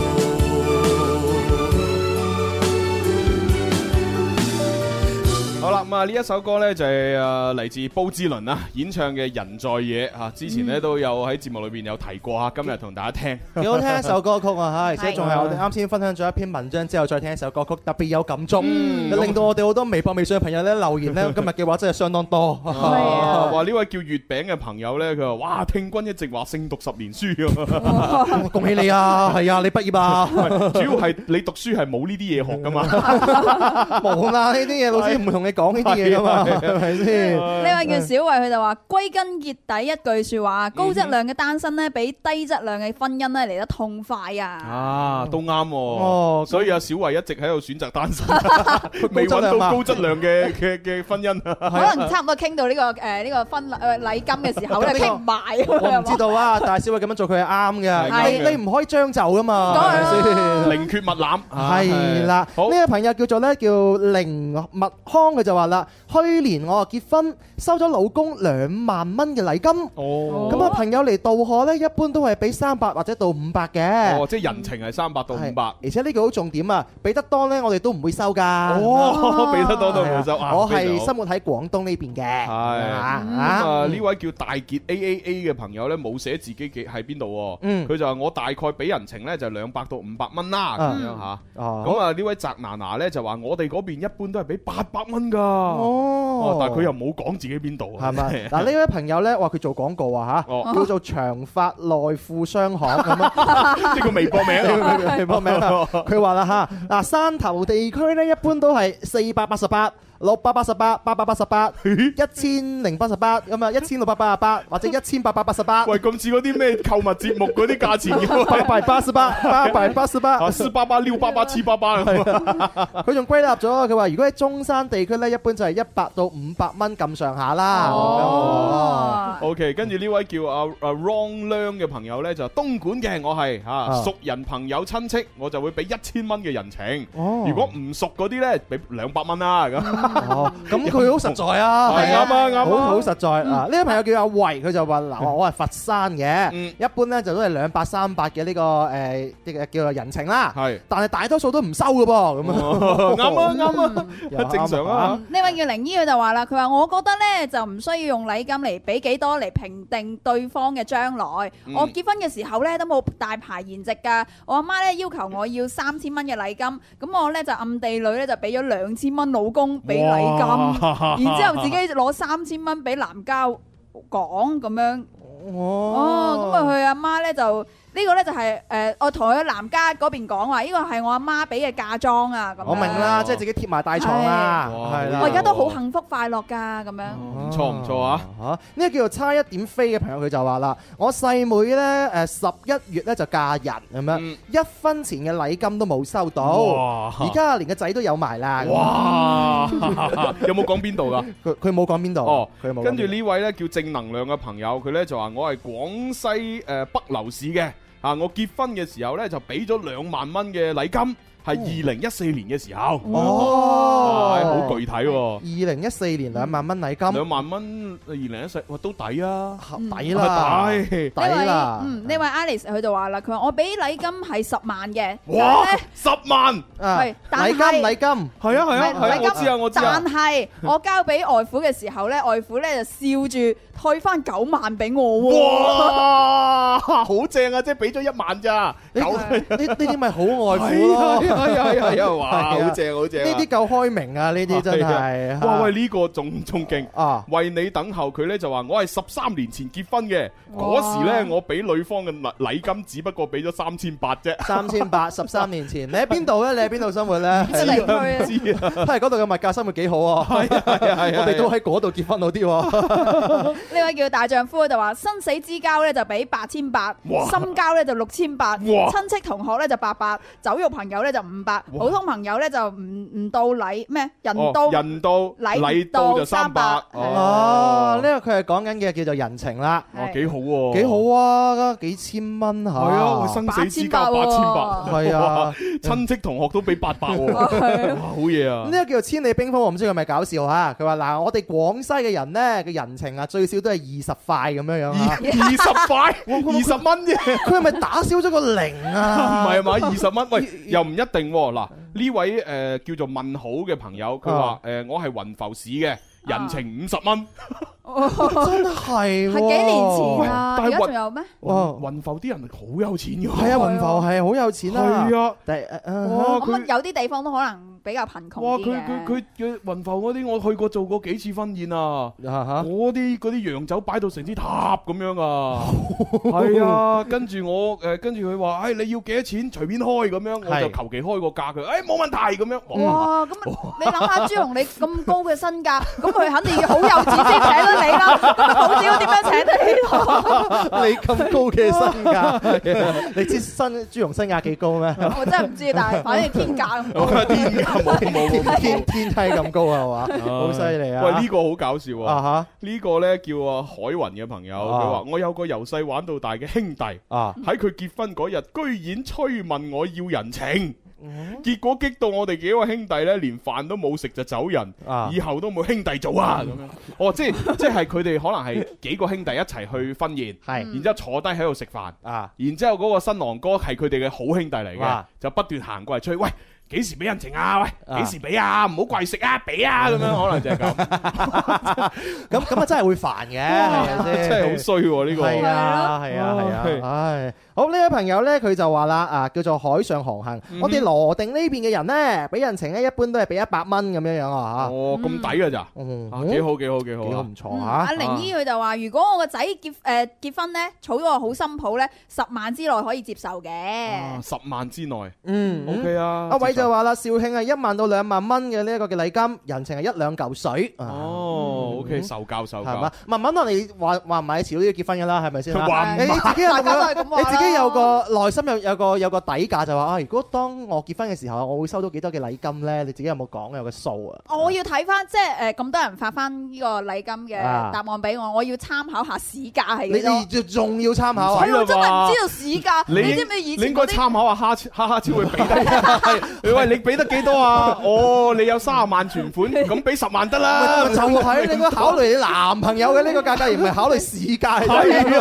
Speaker 6: 好啦，啦，咁啊呢一首歌呢，就係诶嚟自煲之倫啦演唱嘅《人在野》吓，之前呢，
Speaker 7: 嗯
Speaker 6: 都有喺節目裏边有提過啊，今日同大家聽，
Speaker 7: 幾好聽一首歌曲啊，嚇！而且
Speaker 6: 係
Speaker 7: 仲係我哋啱先分享咗一篇文章之後，再聽一首歌曲，特別有感觸，
Speaker 6: 嗯
Speaker 7: 令到我哋好多微博、微信嘅朋友 咧留言咧，今日嘅話真係相當多。
Speaker 6: 啊話呢位叫月餅嘅朋友呢，佢話：哇，聽君一直話勝讀十年書啊！
Speaker 7: 恭喜你啊，係啊，你畢業啊，
Speaker 6: 主要係你讀書係冇呢啲嘢學噶嘛。
Speaker 7: 冇啦，呢啲嘢老師唔會同你講呢啲嘢噶嘛，
Speaker 6: 係啊
Speaker 7: 係咪先？
Speaker 1: 呢位叫小慧，佢就話：歸根結底一句说話，高質量嘅單身呢，比低質量嘅婚姻呢嚟得痛快啊！
Speaker 6: 啊，都啱
Speaker 7: 哦
Speaker 6: 喎，所以阿小慧一直喺度選擇單身，未
Speaker 7: 高質
Speaker 6: 揾
Speaker 7: 量
Speaker 6: 到
Speaker 7: 嘛
Speaker 6: 高質量嘅嘅嘅婚姻啊。
Speaker 1: 可能差唔多傾到呢個呃誒呢個婚誒禮金嘅時候咧，
Speaker 7: 咁呢個
Speaker 1: 傾唔埋
Speaker 7: 我
Speaker 1: 係
Speaker 7: 唔
Speaker 1: 嘛
Speaker 7: 知道啊，但係小偉咁樣做佢係啱
Speaker 6: 係
Speaker 7: 嘅，
Speaker 6: 啱嘅
Speaker 7: 你你唔可以將就噶嘛，
Speaker 6: 當
Speaker 7: 係
Speaker 6: 然
Speaker 7: 咪
Speaker 6: 啦
Speaker 7: 先？
Speaker 6: 寧缺勿濫。啊
Speaker 7: 係啦，呢位朋友叫做咧叫凌密康，佢就話啦：去年我啊結婚，收咗老公兩萬蚊嘅禮金。
Speaker 6: 哦
Speaker 7: 咁啊，朋友嚟道賀咧，一般都係俾三百或者到五百嘅。
Speaker 6: 哦，即係人情係三百到五百。
Speaker 7: 而且呢句好重點啊，俾得多咧，我哋都唔會收㗎。
Speaker 6: 哦， 俾得多都冇收
Speaker 7: 係
Speaker 6: 啊！
Speaker 7: 啊我
Speaker 6: 非
Speaker 7: 係
Speaker 6: 常
Speaker 7: 生活喺廣東呢邊嘅。
Speaker 6: 係咁
Speaker 7: 啊
Speaker 6: 啊！呢位叫大傑 A A A 嘅朋友呢，冇寫自己嘅喺邊度喎，
Speaker 7: 嗯
Speaker 6: 佢就話我大概俾人情呢，就兩百到五百蚊啦咁
Speaker 7: 嗯
Speaker 6: 樣嚇。
Speaker 7: 哦
Speaker 6: 咁啊呢位澤娜娜呢，就話我哋嗰邊一般都係俾八百蚊㗎。
Speaker 7: 哦
Speaker 6: 哦但係佢又冇講自己邊度啊。
Speaker 7: 係 咪？嗱呢位朋友咧話佢做廣告啊
Speaker 6: 哦
Speaker 7: 嚇，叫做長髮內褲商行 咁啊。
Speaker 6: 呢個微博名啊，
Speaker 7: 佢報名啦，佢話啦嚇，嗱山頭地區咧一般都係四百八十八。六百八十八、八百八十八、一千零八十八，咁啊一千六百八十八或者一千八百八十八，
Speaker 6: 喂，咁似嗰啲咩購物節目嗰啲價錢嘅，
Speaker 7: 八百八十八、八百八十八
Speaker 6: 啊，四八八、六八八、七八啊八咁。
Speaker 7: 佢仲歸納咗，佢話如果喺中山地區咧，一般就係一百到五百蚊咁上下啦。
Speaker 6: OK，跟住呢位叫阿阿 Ron 亮嘅朋友呢，就東莞嘅，我係
Speaker 7: 啊
Speaker 6: 嚇熟人朋友親戚，我就會俾一千蚊嘅人情。
Speaker 7: 哦
Speaker 6: 如果唔熟嗰啲呢，俾兩百蚊啦咁。
Speaker 7: 哦，咁佢好實在啊，
Speaker 6: 係
Speaker 7: 係
Speaker 6: 啱啊啱啊嗯
Speaker 7: 好好實在啊！呢位朋友叫阿慧，佢就話：嗱，我係佛山嘅，一般咧就都係兩百三百嘅呢個誒呢個叫做人情啦。
Speaker 6: 係，
Speaker 7: 但係大多數都唔收嘅噃，咁
Speaker 6: 哦
Speaker 7: 啊，
Speaker 6: 啱啊啱啊
Speaker 7: 又啱
Speaker 6: 正常啊。
Speaker 1: 呢位叫玲姨佢就嗯話啦，佢話我覺得呢，就唔需要用禮金嚟俾幾多嚟評定對方嘅將來。
Speaker 17: 嗯
Speaker 1: 我結婚嘅時候呢，都冇大排筵席㗎，我阿媽呢，要求我要三千蚊嘅禮金，咁我呢，就暗地裏呢，就俾咗兩千蚊老公俾
Speaker 17: 哇
Speaker 1: 禮 金，然之後自己攞三千蚊俾男家講咁樣。哦，咁
Speaker 17: 哦，
Speaker 1: 啊，佢阿媽咧就呢個咧就係誒，我同佢男家嗰邊講話，呢個係我阿媽俾嘅嫁妝啊，咁樣
Speaker 7: 我明啦，即係自己貼埋大床啦，啊係啦。
Speaker 1: 我而家都好幸福快樂㗎，咁樣。
Speaker 6: 唔錯唔錯啊！
Speaker 7: 嚇，呢個叫做差一點飛嘅朋友佢就話啦：我細妹呢，誒呃十一月呢就嫁人咁樣，一分錢嘅禮金都冇收到，
Speaker 6: 嗯哇
Speaker 7: 而家連個仔都有埋啦。
Speaker 6: 哇！ 有冇講邊度㗎？
Speaker 7: 佢佢冇講邊度，
Speaker 6: 哦
Speaker 7: 佢冇講邊度。
Speaker 6: 跟住呢位呢叫正能量嘅朋友，佢呢就話我係廣西誒北流市嘅，啊我結婚嘅時候呢就俾咗兩萬蚊嘅禮金，係二零一四年嘅時候。
Speaker 7: 哦
Speaker 6: 哇好具體喎。
Speaker 7: 二零一四年兩萬蚊禮金
Speaker 6: 兩萬蚊呃二零一四，哇都抵啊！
Speaker 7: 抵啦
Speaker 6: 抵
Speaker 1: 呢位嗯呢位 Alice 佢就話啦，佢話我俾禮金係十萬嘅，
Speaker 6: 哇，十萬
Speaker 1: 係但係
Speaker 7: 禮金禮金
Speaker 6: 係啊係啊係啊，我知啊我知啊
Speaker 1: 但。係我交俾外父嘅時候咧，外父咧就笑住退翻九萬俾我 喎。
Speaker 6: 哇，好正啊！即係俾咗一萬咋，九
Speaker 7: 呢呢啲咪好外父咯，
Speaker 6: 係啊係啊係啊係啊哇
Speaker 7: 係
Speaker 6: 好正好正啊
Speaker 7: 呢啲夠開明啊！呢啲真
Speaker 6: 係啊
Speaker 7: 係
Speaker 6: 哇喂，呢個仲仲勁
Speaker 7: 啊！
Speaker 6: 為你等候佢呢就話我係十三年前結婚嘅，嗰時呢，我俾女方嘅禮禮金只不過俾咗三千八 啫，
Speaker 7: 三千 八十三年前，你喺邊度咧？你喺邊度生活咧？
Speaker 6: 知啊唔知啊
Speaker 7: 都係嗰度嘅物價生活幾好啊！係啊
Speaker 6: 係啊係啊
Speaker 7: 我哋都喺嗰度結婚好啲喎。
Speaker 1: 呢位叫大丈夫佢就話生死之交咧就俾八千八，
Speaker 7: 哇
Speaker 1: 深交咧就六千八，
Speaker 7: 哇
Speaker 1: 親戚同學咧就八百，酒肉朋友咧就五百，普通朋友咧就唔唔到禮咩人到
Speaker 6: 哦人到
Speaker 1: 禮
Speaker 6: 禮到就
Speaker 1: 到
Speaker 6: 三百，
Speaker 7: 哦，呢個佢係講緊嘅叫做人情啦。
Speaker 6: 哇幾好喎，
Speaker 7: 幾好啊！幾千蚊嚇，
Speaker 6: 係啊，哇生死之交八千八，
Speaker 7: 係啊
Speaker 6: 哇，。親戚同學都俾八百 喎，哇，好嘢啊
Speaker 7: 呢！個叫做千里冰封，我唔知佢係咪搞笑嚇。佢話嗱，我哋廣西嘅人呢，嘅人情啊，最少都係二十塊咁樣樣啊
Speaker 6: 二十塊，二十蚊啫。
Speaker 7: 佢係咪打少咗個零啊？
Speaker 6: 唔係嘛，二十蚊，喂，又唔一定喎。嗱，呢位誒叫做問好嘅朋
Speaker 7: 啊
Speaker 6: 友，佢話誒我係雲浮市嘅，人情五十蚊。
Speaker 1: 真
Speaker 7: 係
Speaker 1: 係幾年前啊？
Speaker 6: 啊喂但
Speaker 1: 而
Speaker 6: 係
Speaker 1: 家
Speaker 6: 雲
Speaker 1: 仲有咩？
Speaker 6: 雲雲浮啲人好有錢㗎喎。
Speaker 7: 係啊，雲浮係好有錢呃啦。
Speaker 6: 係啊
Speaker 7: 但係，誒
Speaker 6: 哇
Speaker 1: 咁啊有啲地方都可能比較貧窮
Speaker 6: 哇！
Speaker 1: 啲
Speaker 6: 佢佢
Speaker 1: 嘅。
Speaker 6: 佢佢雲浮嗰啲，我去過做過幾次婚宴啊！嗰啲嗰啲洋酒擺到成支塔咁 樣啊！係啊，跟住我誒，跟住佢話：，哎誒你要幾多錢？隨便開咁樣，我
Speaker 7: 係
Speaker 6: 就求其開個價佢，誒冇問題咁樣。
Speaker 1: 哇！咁啊你諗下朱紅你咁高嘅身價，咁佢肯定要好有錢先請得你啦。咁啊好少點樣請得你喎？
Speaker 7: 你咁高嘅身價， 你知身朱容身價幾高 咩？
Speaker 1: 我真係唔知，但係反正天價咁高。
Speaker 7: 天天天梯咁高啊係嘛，好犀利啊！
Speaker 6: 喂，呢個好搞笑
Speaker 7: 啊
Speaker 6: 啊！呢個呢叫啊海雲嘅朋友，佢話我有個由細玩到大嘅兄弟，
Speaker 7: 啊
Speaker 6: 喺佢結婚嗰日，居然催問我要人情。結果激到我哋幾個兄弟呢，連飯都冇食就走人，以後都冇兄弟做啊咁樣。哦，即係即係佢哋可能係幾個兄弟一齊去婚宴，然之後坐低喺度食飯，
Speaker 7: 啊
Speaker 6: 然之後嗰個新郎哥係佢哋嘅好兄弟嚟嘅
Speaker 7: 哇，
Speaker 6: 就不斷行過嚟催，喂幾時俾人情啊？喂幾時俾啊？唔好怪食啊，俾啊咁樣，可能就係咁。
Speaker 7: 咁咁啊真係會煩嘅，係咪先？
Speaker 6: 真係好衰喎呢個哦
Speaker 7: 係啊係啊係啊，唉，好呢位朋友咧，佢就話啦啊，叫做海上航行，
Speaker 6: 嗯
Speaker 7: 我哋羅定呢邊嘅人咧，俾人情咧一般都係俾一百蚊咁樣樣啊嚇。
Speaker 1: 嗯
Speaker 7: 嗯
Speaker 6: 哦，咁抵㗎咋？啊幾好幾好幾好，
Speaker 7: 幾好唔錯啊
Speaker 1: 阿玲姨佢就話：如果我個仔結誒結婚咧，娶咗個好新抱咧，十萬之內可以接受嘅。
Speaker 7: 哦
Speaker 6: 啊十萬之內，
Speaker 7: 嗯
Speaker 6: ，OK 啊。
Speaker 7: 阿偉就話啦，肇慶係一萬到兩萬蚊嘅呢一個嘅禮金，人情係一兩嚿水啊。
Speaker 6: 哦，OK，受教受
Speaker 7: 係嘛
Speaker 6: 教。？
Speaker 7: 文文啊，你話話唔埋遲都要結婚㗎啦，係咪先？
Speaker 6: 話唔埋
Speaker 7: 你自己有
Speaker 1: 大家都係咁話
Speaker 7: 個啊你
Speaker 1: 啦
Speaker 7: 自己有個內心有有個有個底價就話啊，如果當我結婚嘅時候，我會收到幾多嘅禮金咧？你自己有冇講有個數啊？
Speaker 1: 我要睇翻即係誒呃咁多人發翻呢個禮金嘅
Speaker 7: 啊
Speaker 1: 答案俾我，我要參考下市價係
Speaker 7: 你
Speaker 1: 幾多。
Speaker 7: 你仲要參考啊
Speaker 1: 係？我真係唔知道市價，
Speaker 6: 你
Speaker 1: 你知唔知以
Speaker 6: 你
Speaker 1: 前
Speaker 6: 應該
Speaker 1: 嗰啲
Speaker 6: 參考下哈超哈哈超會俾 得，喂你俾得幾多啊？哦，你有三十萬 存款，咁俾十萬得啦。
Speaker 7: 就係你應該考慮你男朋友嘅呢個價格，而唔係考慮市價。
Speaker 6: 係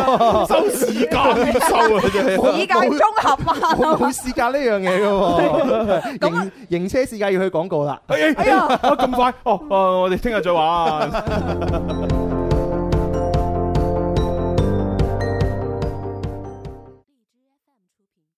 Speaker 6: 啊收市價點收啊真係
Speaker 1: 市價綜合啊
Speaker 7: 冇冇市價呢樣嘢㗎喎。型型車市價要去廣告啦。
Speaker 6: 哎呀，啊咁快哦，哦我哋聽日再玩。